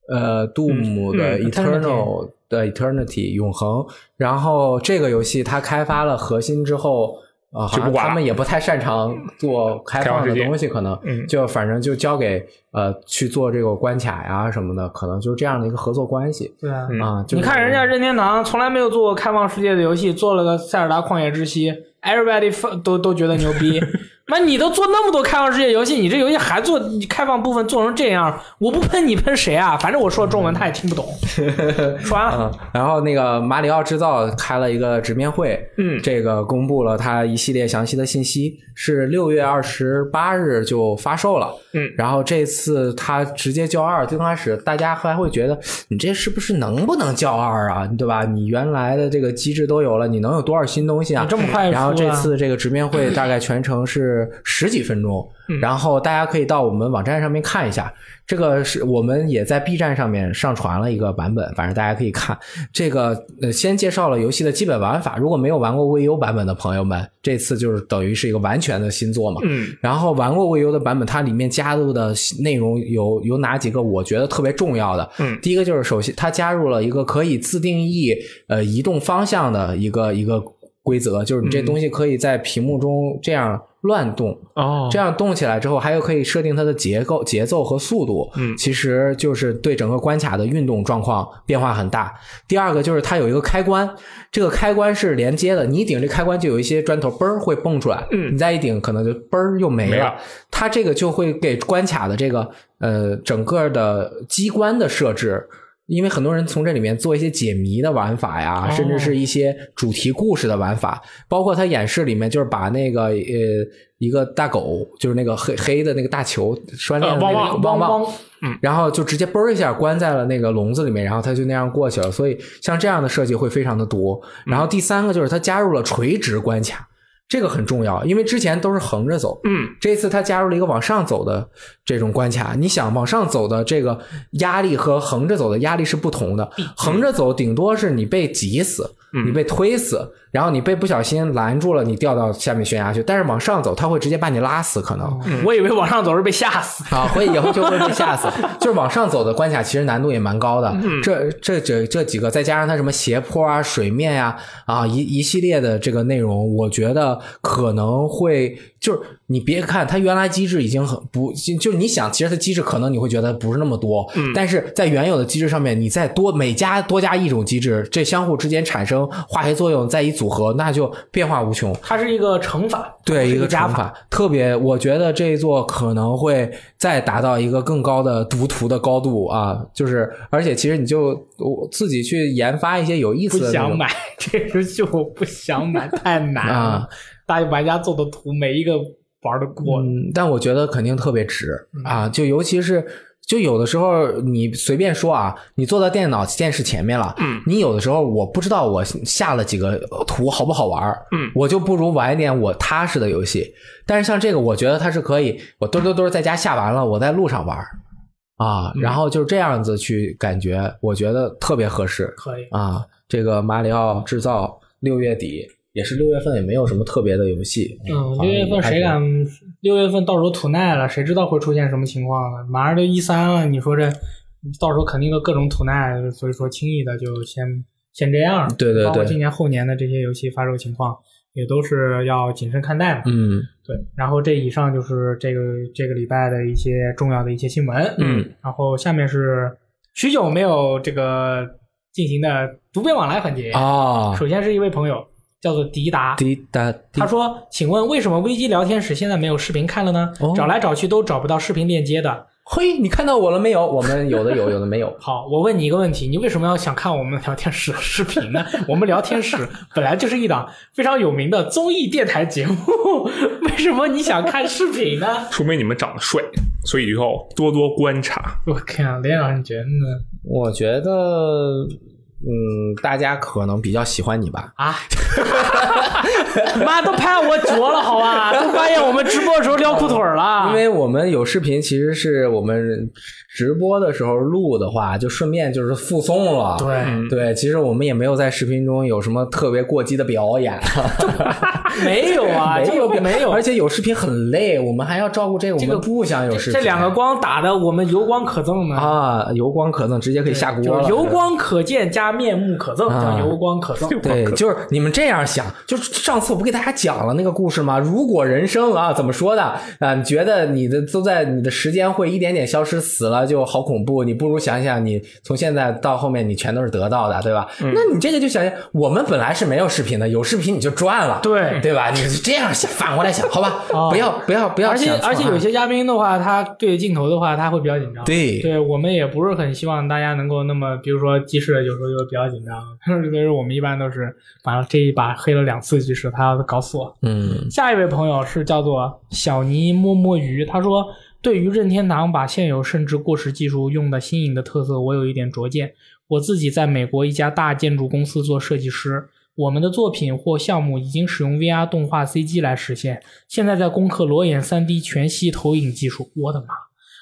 Speaker 2: 呃
Speaker 3: 嗯
Speaker 2: Doom 的 Eternal 的 Eternity 永恒，然后这个游戏它开发了核心之后，啊，好
Speaker 3: 就不
Speaker 2: 像
Speaker 3: 管了
Speaker 2: 他们也不太擅长做开放
Speaker 3: 开放世
Speaker 2: 的
Speaker 3: 界
Speaker 2: 东西，可能
Speaker 3: 嗯
Speaker 2: 就反正就交给呃去做这个关卡呀什么的，可能就是这样的一个合作关系
Speaker 1: 对啊，
Speaker 3: 嗯
Speaker 2: 啊。就是
Speaker 1: 你看人家任天堂从来没有做过开放世界的游戏，做了个《塞尔达旷野之息》，everybody fu- 都都觉得牛 逼。妈，你都做那么多开放世界游戏，你这游戏还做你开放部分做成这样，我不喷你喷谁啊？反正我说中文他也听 不懂。说完了，
Speaker 2: 嗯，然后那个马里奥制造开了一个直面会，
Speaker 3: 嗯
Speaker 2: 这个公布了它一系列详细的信息，是六月二十八日就发售了，
Speaker 3: 嗯
Speaker 2: 然后这次它直接叫二，最开始大家还会觉得你这是不是能不能叫二啊，对吧？你原来的这个机制都有了，你能有多少新东西啊
Speaker 1: 你？这么快就
Speaker 2: 然后
Speaker 1: 说
Speaker 2: 这
Speaker 1: 了
Speaker 2: 次这个直面会大概全程是十几分钟，然后大家可以到我们网站上面看一下。这个是我们也在 B 站上面上传了一个版本，反正大家可以看。这个呃，先介绍了游戏的基本玩法，如果没有玩过 VU 版本的朋友们，这次就是等于是一个完全的新作嘛。
Speaker 3: 嗯
Speaker 2: 然后玩过 VU 的版本，它里面加入的内容有有哪几个？我觉得特别重要的，
Speaker 3: 嗯
Speaker 2: 第一个就是首先它加入了一个可以自定义呃移动方向的一个一个规则，就是你
Speaker 3: 嗯
Speaker 2: 这东西可以在屏幕中这样乱动，
Speaker 1: 哦
Speaker 2: 这样动起来之后，还有可以设定它的结构、节奏和速度。
Speaker 3: 嗯
Speaker 2: 其实就是对整个关卡的运动状况变化很大。第二个就是它有一个开关，这个开关是连接的，你一顶这开关就有一些砖头嘣儿会蹦出来，
Speaker 3: 嗯
Speaker 2: 你再一顶可能就嘣儿又没了。
Speaker 3: 没了
Speaker 2: 它这个就会给关卡的这个呃整个的机关的设置。因为很多人从这里面做一些解谜的玩法呀，
Speaker 1: 哦
Speaker 2: 甚至是一些主题故事的玩法，包括它演示里面就是把那个呃一个大狗，就是那个黑黑的那个大球拴链的那
Speaker 3: 呃
Speaker 2: 个
Speaker 3: 汪
Speaker 2: 汪
Speaker 1: 汪
Speaker 2: 汪，然后就直接嘣儿一下关在了那个笼子里面，然后它就那样过去了。所以像这样的设计会非常的多。然后第三个就是它加入了垂直关卡，这个很重要，因为之前都是横着走，
Speaker 3: 嗯
Speaker 2: 这次它加入了一个往上走的这种关卡。你想往上走的这个压力和横着走的压力是不同的，横着走顶多是你被挤死，
Speaker 3: 嗯
Speaker 2: 你被推死，然后你被不小心拦住了，你掉到下面悬崖去。但是往上走，它会直接把你拉死，可
Speaker 3: 哦
Speaker 2: 能。
Speaker 1: 我以为往上走是被吓死。
Speaker 2: 啊，会以后就会被吓死。就是往上走的关卡，其实难度也蛮高的。这这这这几个，再加上它什么斜坡啊、水面呀、啊，一一系列的这个内容，我觉得可能会就是你别看它原来机制已经很不，就就是你想，其实它机制可能你会觉得不是那么多，但是在原有的机制上面，你再多每加多加一种机制，这相互之间产生化学作用，再一组合，那就变化无穷。
Speaker 1: 它是一个乘法，
Speaker 2: 对
Speaker 1: 不是
Speaker 2: 一个
Speaker 1: 加
Speaker 2: 加
Speaker 1: 法。
Speaker 2: 法，特别，我觉得这一座可能会再达到一个更高的读图的高度啊！就是，而且其实你就我自己去研发一些有意
Speaker 1: 不
Speaker 2: 思的那
Speaker 1: 想
Speaker 2: 种
Speaker 1: 买这游戏，我不想买，太 难了
Speaker 2: 啊。
Speaker 1: 大玩家做的图，每一个玩的嗯过。
Speaker 2: 嗯，但我觉得肯定特别值啊！就尤其是，就有的时候你随便说啊，你坐到电脑电视前面了，
Speaker 3: 嗯
Speaker 2: 你有的时候我不知道我下了几个图好不好玩儿
Speaker 3: 嗯
Speaker 2: 我就不如玩一点我踏实的游戏。但是像这个，我觉得它是可以，我嘚嘚嘚在家下完了，我在路上玩儿啊，
Speaker 1: 嗯
Speaker 2: 然后就是这样子去感觉，我觉得特别合适。
Speaker 1: 可以，
Speaker 2: 啊，这个马里奥制造六月底也是六月份，也没有什么特别的游戏。
Speaker 1: 嗯，
Speaker 2: 好像
Speaker 1: 六月份谁敢？六月份到时候吐奈了，谁知道会出现什么情况呢？马上就一三了，你说这到时候肯定都各种吐奈，所以说轻易的就先先这样。
Speaker 2: 对对对
Speaker 1: 包括今年后年的这些游戏发售情况，也都是要谨慎看待嘛。
Speaker 2: 嗯
Speaker 1: 对，然后这以上就是这个这个礼拜的一些重要的一些新闻。
Speaker 2: 嗯，
Speaker 1: 然后下面是许久没有这个进行的读编往来环节。
Speaker 2: 哦，
Speaker 1: 首先是一位朋友叫做迪达，
Speaker 2: 滴答滴
Speaker 1: 他说：“请问为什么危机聊天室现在没有视频看了呢？
Speaker 2: 哦
Speaker 1: 找来找去都找不到视频链接的。。
Speaker 2: 嘿，你看到我了没有？我们有的有，有的没有
Speaker 1: 好，我问你一个问题，你为什么要想看我们聊天室的视频 呢？我们聊天室本来就是一档非常有名的综艺电台节目， 为什么你想看视频呢？”
Speaker 3: 除非你们长得帅，所以要多多观察。
Speaker 1: 我看连长，你觉得呢？
Speaker 2: 我觉得，嗯，大家可能比较喜欢你吧。
Speaker 1: 啊！妈都拍我脚了，好吧？都发现我们直播的时候撩裤腿儿了。
Speaker 2: 因为我们有视频，其实是我们直播的时候录的话，就顺便就是附送了。
Speaker 1: 对，
Speaker 2: 对，其实我们也没有在视频中有什么特别过激的表演。
Speaker 1: 没有啊，这
Speaker 2: 没有
Speaker 1: 个没有
Speaker 2: 而。且有视频很累，我们还要照顾这个，
Speaker 1: 这
Speaker 2: 我
Speaker 1: 个
Speaker 2: 们不想有视频。
Speaker 1: 这两个光打的，我们油光可憎呢。
Speaker 2: 啊，油光可憎，直接可以下锅
Speaker 1: 就
Speaker 2: 了。
Speaker 1: 是油光可见加面目可憎，
Speaker 2: 啊
Speaker 1: 叫油光可憎。
Speaker 2: 对，就是你们这样想，就是上次我不给大家讲了那个故事吗？如果人生啊，怎么说呢？啊，你觉得你的都在你的时间会一点点消失，死了就好恐怖。你不如想想，你从现在到后面你全都是得到的，对吧？
Speaker 1: 嗯
Speaker 2: 那你这个就想想，我们本来是没有视频的，有视频你就赚了，
Speaker 1: 对
Speaker 2: 对吧？你是这样想，反过来想，好吧？
Speaker 1: 哦
Speaker 2: 不要不要不要
Speaker 1: 而且
Speaker 2: 想错啊，
Speaker 1: 而且有些嘉宾的话，他对镜头的话，他会比较紧张。
Speaker 2: 对
Speaker 1: 我们也不是很希望大家能够那么，比如说鸡翅有时候就比较紧张，所以说我们一般都是，反正这一把黑了两次鸡翅，他要搞死我。
Speaker 2: 嗯
Speaker 1: 下一位朋友是叫做小尼摸摸鱼，他说：“对于任天堂把现有甚至过时技术用的新颖的特色，我有一点拙见。我自己在美国一家大建筑公司做设计师，我们的作品或项目已经使用 VR 动画 CG 来实现，现在在攻克裸眼 3D 全息投影技术。我的妈！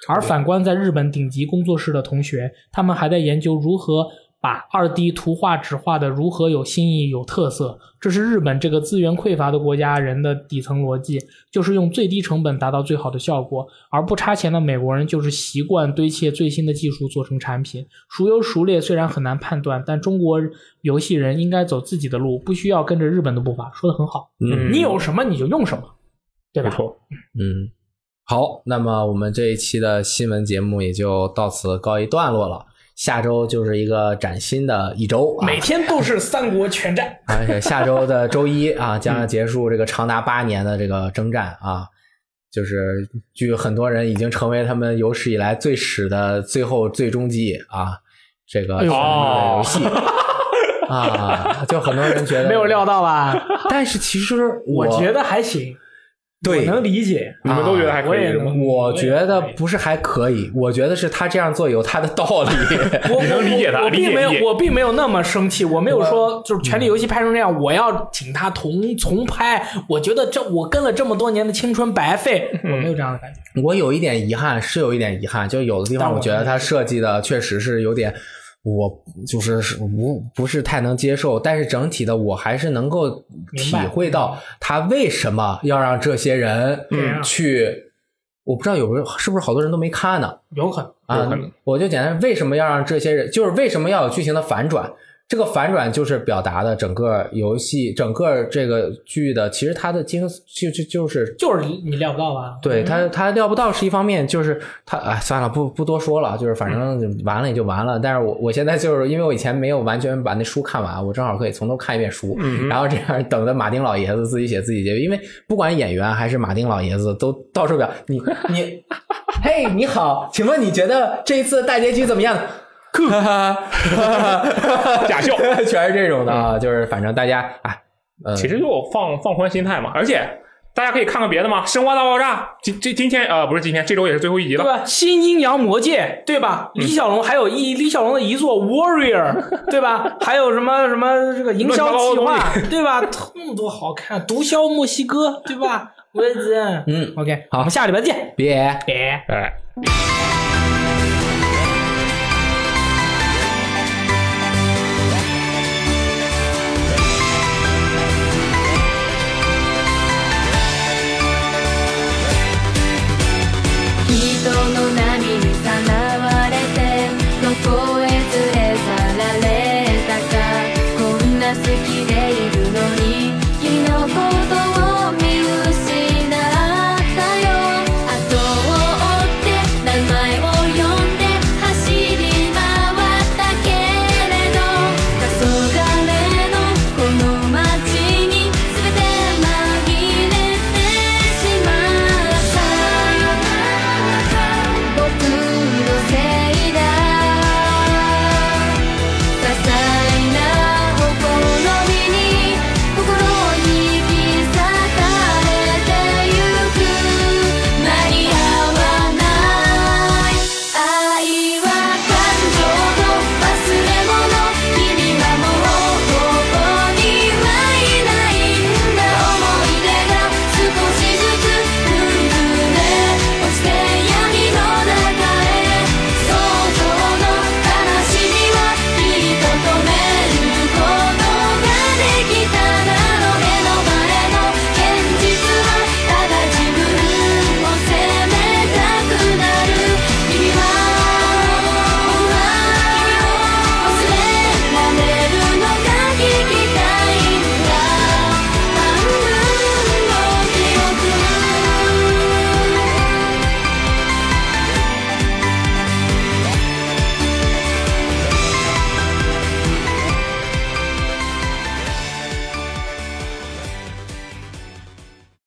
Speaker 1: 而反观在日本顶级工作室的同学，他们还在研究如何把二 D 图画纸画的如何有新意、有特色。这是日本这个资源匮乏的国家人的底层逻辑，就是用最低成本达到最好的效果。而不差钱的美国人就是习惯堆砌最新的技术做成产品，孰优孰劣虽然很难判断，但中国游戏人应该走自己的路，不需要跟着日本的步伐。说的很好，
Speaker 2: 嗯
Speaker 1: 你有什么你就用什么，对
Speaker 3: 没
Speaker 1: 吧？
Speaker 3: 错，
Speaker 2: 嗯。好，那么我们这一期的新闻节目也就到此告一段落了。下周就是一个崭新的一周啊，
Speaker 1: 每天都是三国全战。”
Speaker 2: 而且下周的周一 啊，将要结束这个长达八年的这个征战啊，就是据很多人已经成为他们有史以来最史的最后最终季啊，这个
Speaker 1: 哎呦
Speaker 2: 游戏、 啊，就很多人觉 得
Speaker 1: 没有料，到啊吧？
Speaker 2: 但是其实
Speaker 1: 我
Speaker 2: 我
Speaker 1: 觉得还行，
Speaker 2: 对
Speaker 1: 我能理解。啊
Speaker 3: 你们都觉得还可
Speaker 1: 我
Speaker 3: 以
Speaker 1: 也
Speaker 3: 是吗？
Speaker 1: 能，
Speaker 2: 啊我觉得不是还可以，我觉得是他这样做有他的道理。
Speaker 1: 我
Speaker 3: 你能理解他
Speaker 1: 我我
Speaker 3: 理解
Speaker 1: 并没
Speaker 3: 理
Speaker 1: 有，
Speaker 3: 解
Speaker 1: 我并没有那么生气，我没有说就是《
Speaker 2: 嗯
Speaker 1: 权力游戏》拍成这样，我要请他重重拍。我觉得这我跟了这么多年的青春白费，
Speaker 2: 嗯
Speaker 1: 我没
Speaker 3: 嗯
Speaker 1: 有这样的感觉。
Speaker 2: 我有一点遗憾，是有一点遗憾，就有的地方我觉得它设计的确实是有点，我就是是不不是太能接受，但是整体的我还是能够体会到他为什么要让这些人
Speaker 1: 嗯
Speaker 2: 去，我不知道有没有是不是好多人都没看呢
Speaker 1: 有可能，
Speaker 2: 啊
Speaker 3: 有可能，
Speaker 2: 我就简单为什么要让这些人，就是为什么要有剧情的反转。这个反转就是表达的整个游戏、整个这个剧的，其实它的精就就就是
Speaker 1: 就是你料不到吧？嗯
Speaker 2: 对他，他料不到是一方面，就是他哎，算了，不不多说了，就是反正完了也就完了。但是我我现在就是因为我以前没有完全把那书看完，我正好可以从头看一遍书，
Speaker 3: 嗯
Speaker 2: 然后这样等着马丁老爷子自己写自己结局。因为不管演员还是马丁老爷子，都到处表你你，嘿，你好，请问你觉得这一次大结局怎么样？哈哈，
Speaker 3: 假笑
Speaker 2: 全是这种的啊，就是反正大家啊，呃，
Speaker 3: 其实就放放宽心态嘛，而且。大家可以看看别的嘛，《生活大爆炸》今这今天呃不是今天，这周也是最后一集
Speaker 1: 对
Speaker 3: 了。
Speaker 1: 吧？新阴阳魔界，对吧？
Speaker 3: 嗯
Speaker 1: 李小龙还有一李小龙的遗作 Warrior，对吧？还有什么什么这个营销计
Speaker 3: 乱
Speaker 1: 划
Speaker 3: 七八糟 的，
Speaker 1: 对吧？那么多好看，毒枭墨西哥，对吧？我也是
Speaker 2: 嗯
Speaker 1: ，OK，
Speaker 2: 好
Speaker 1: 我们下礼拜见，
Speaker 2: 别。
Speaker 1: 别。
Speaker 3: 哎。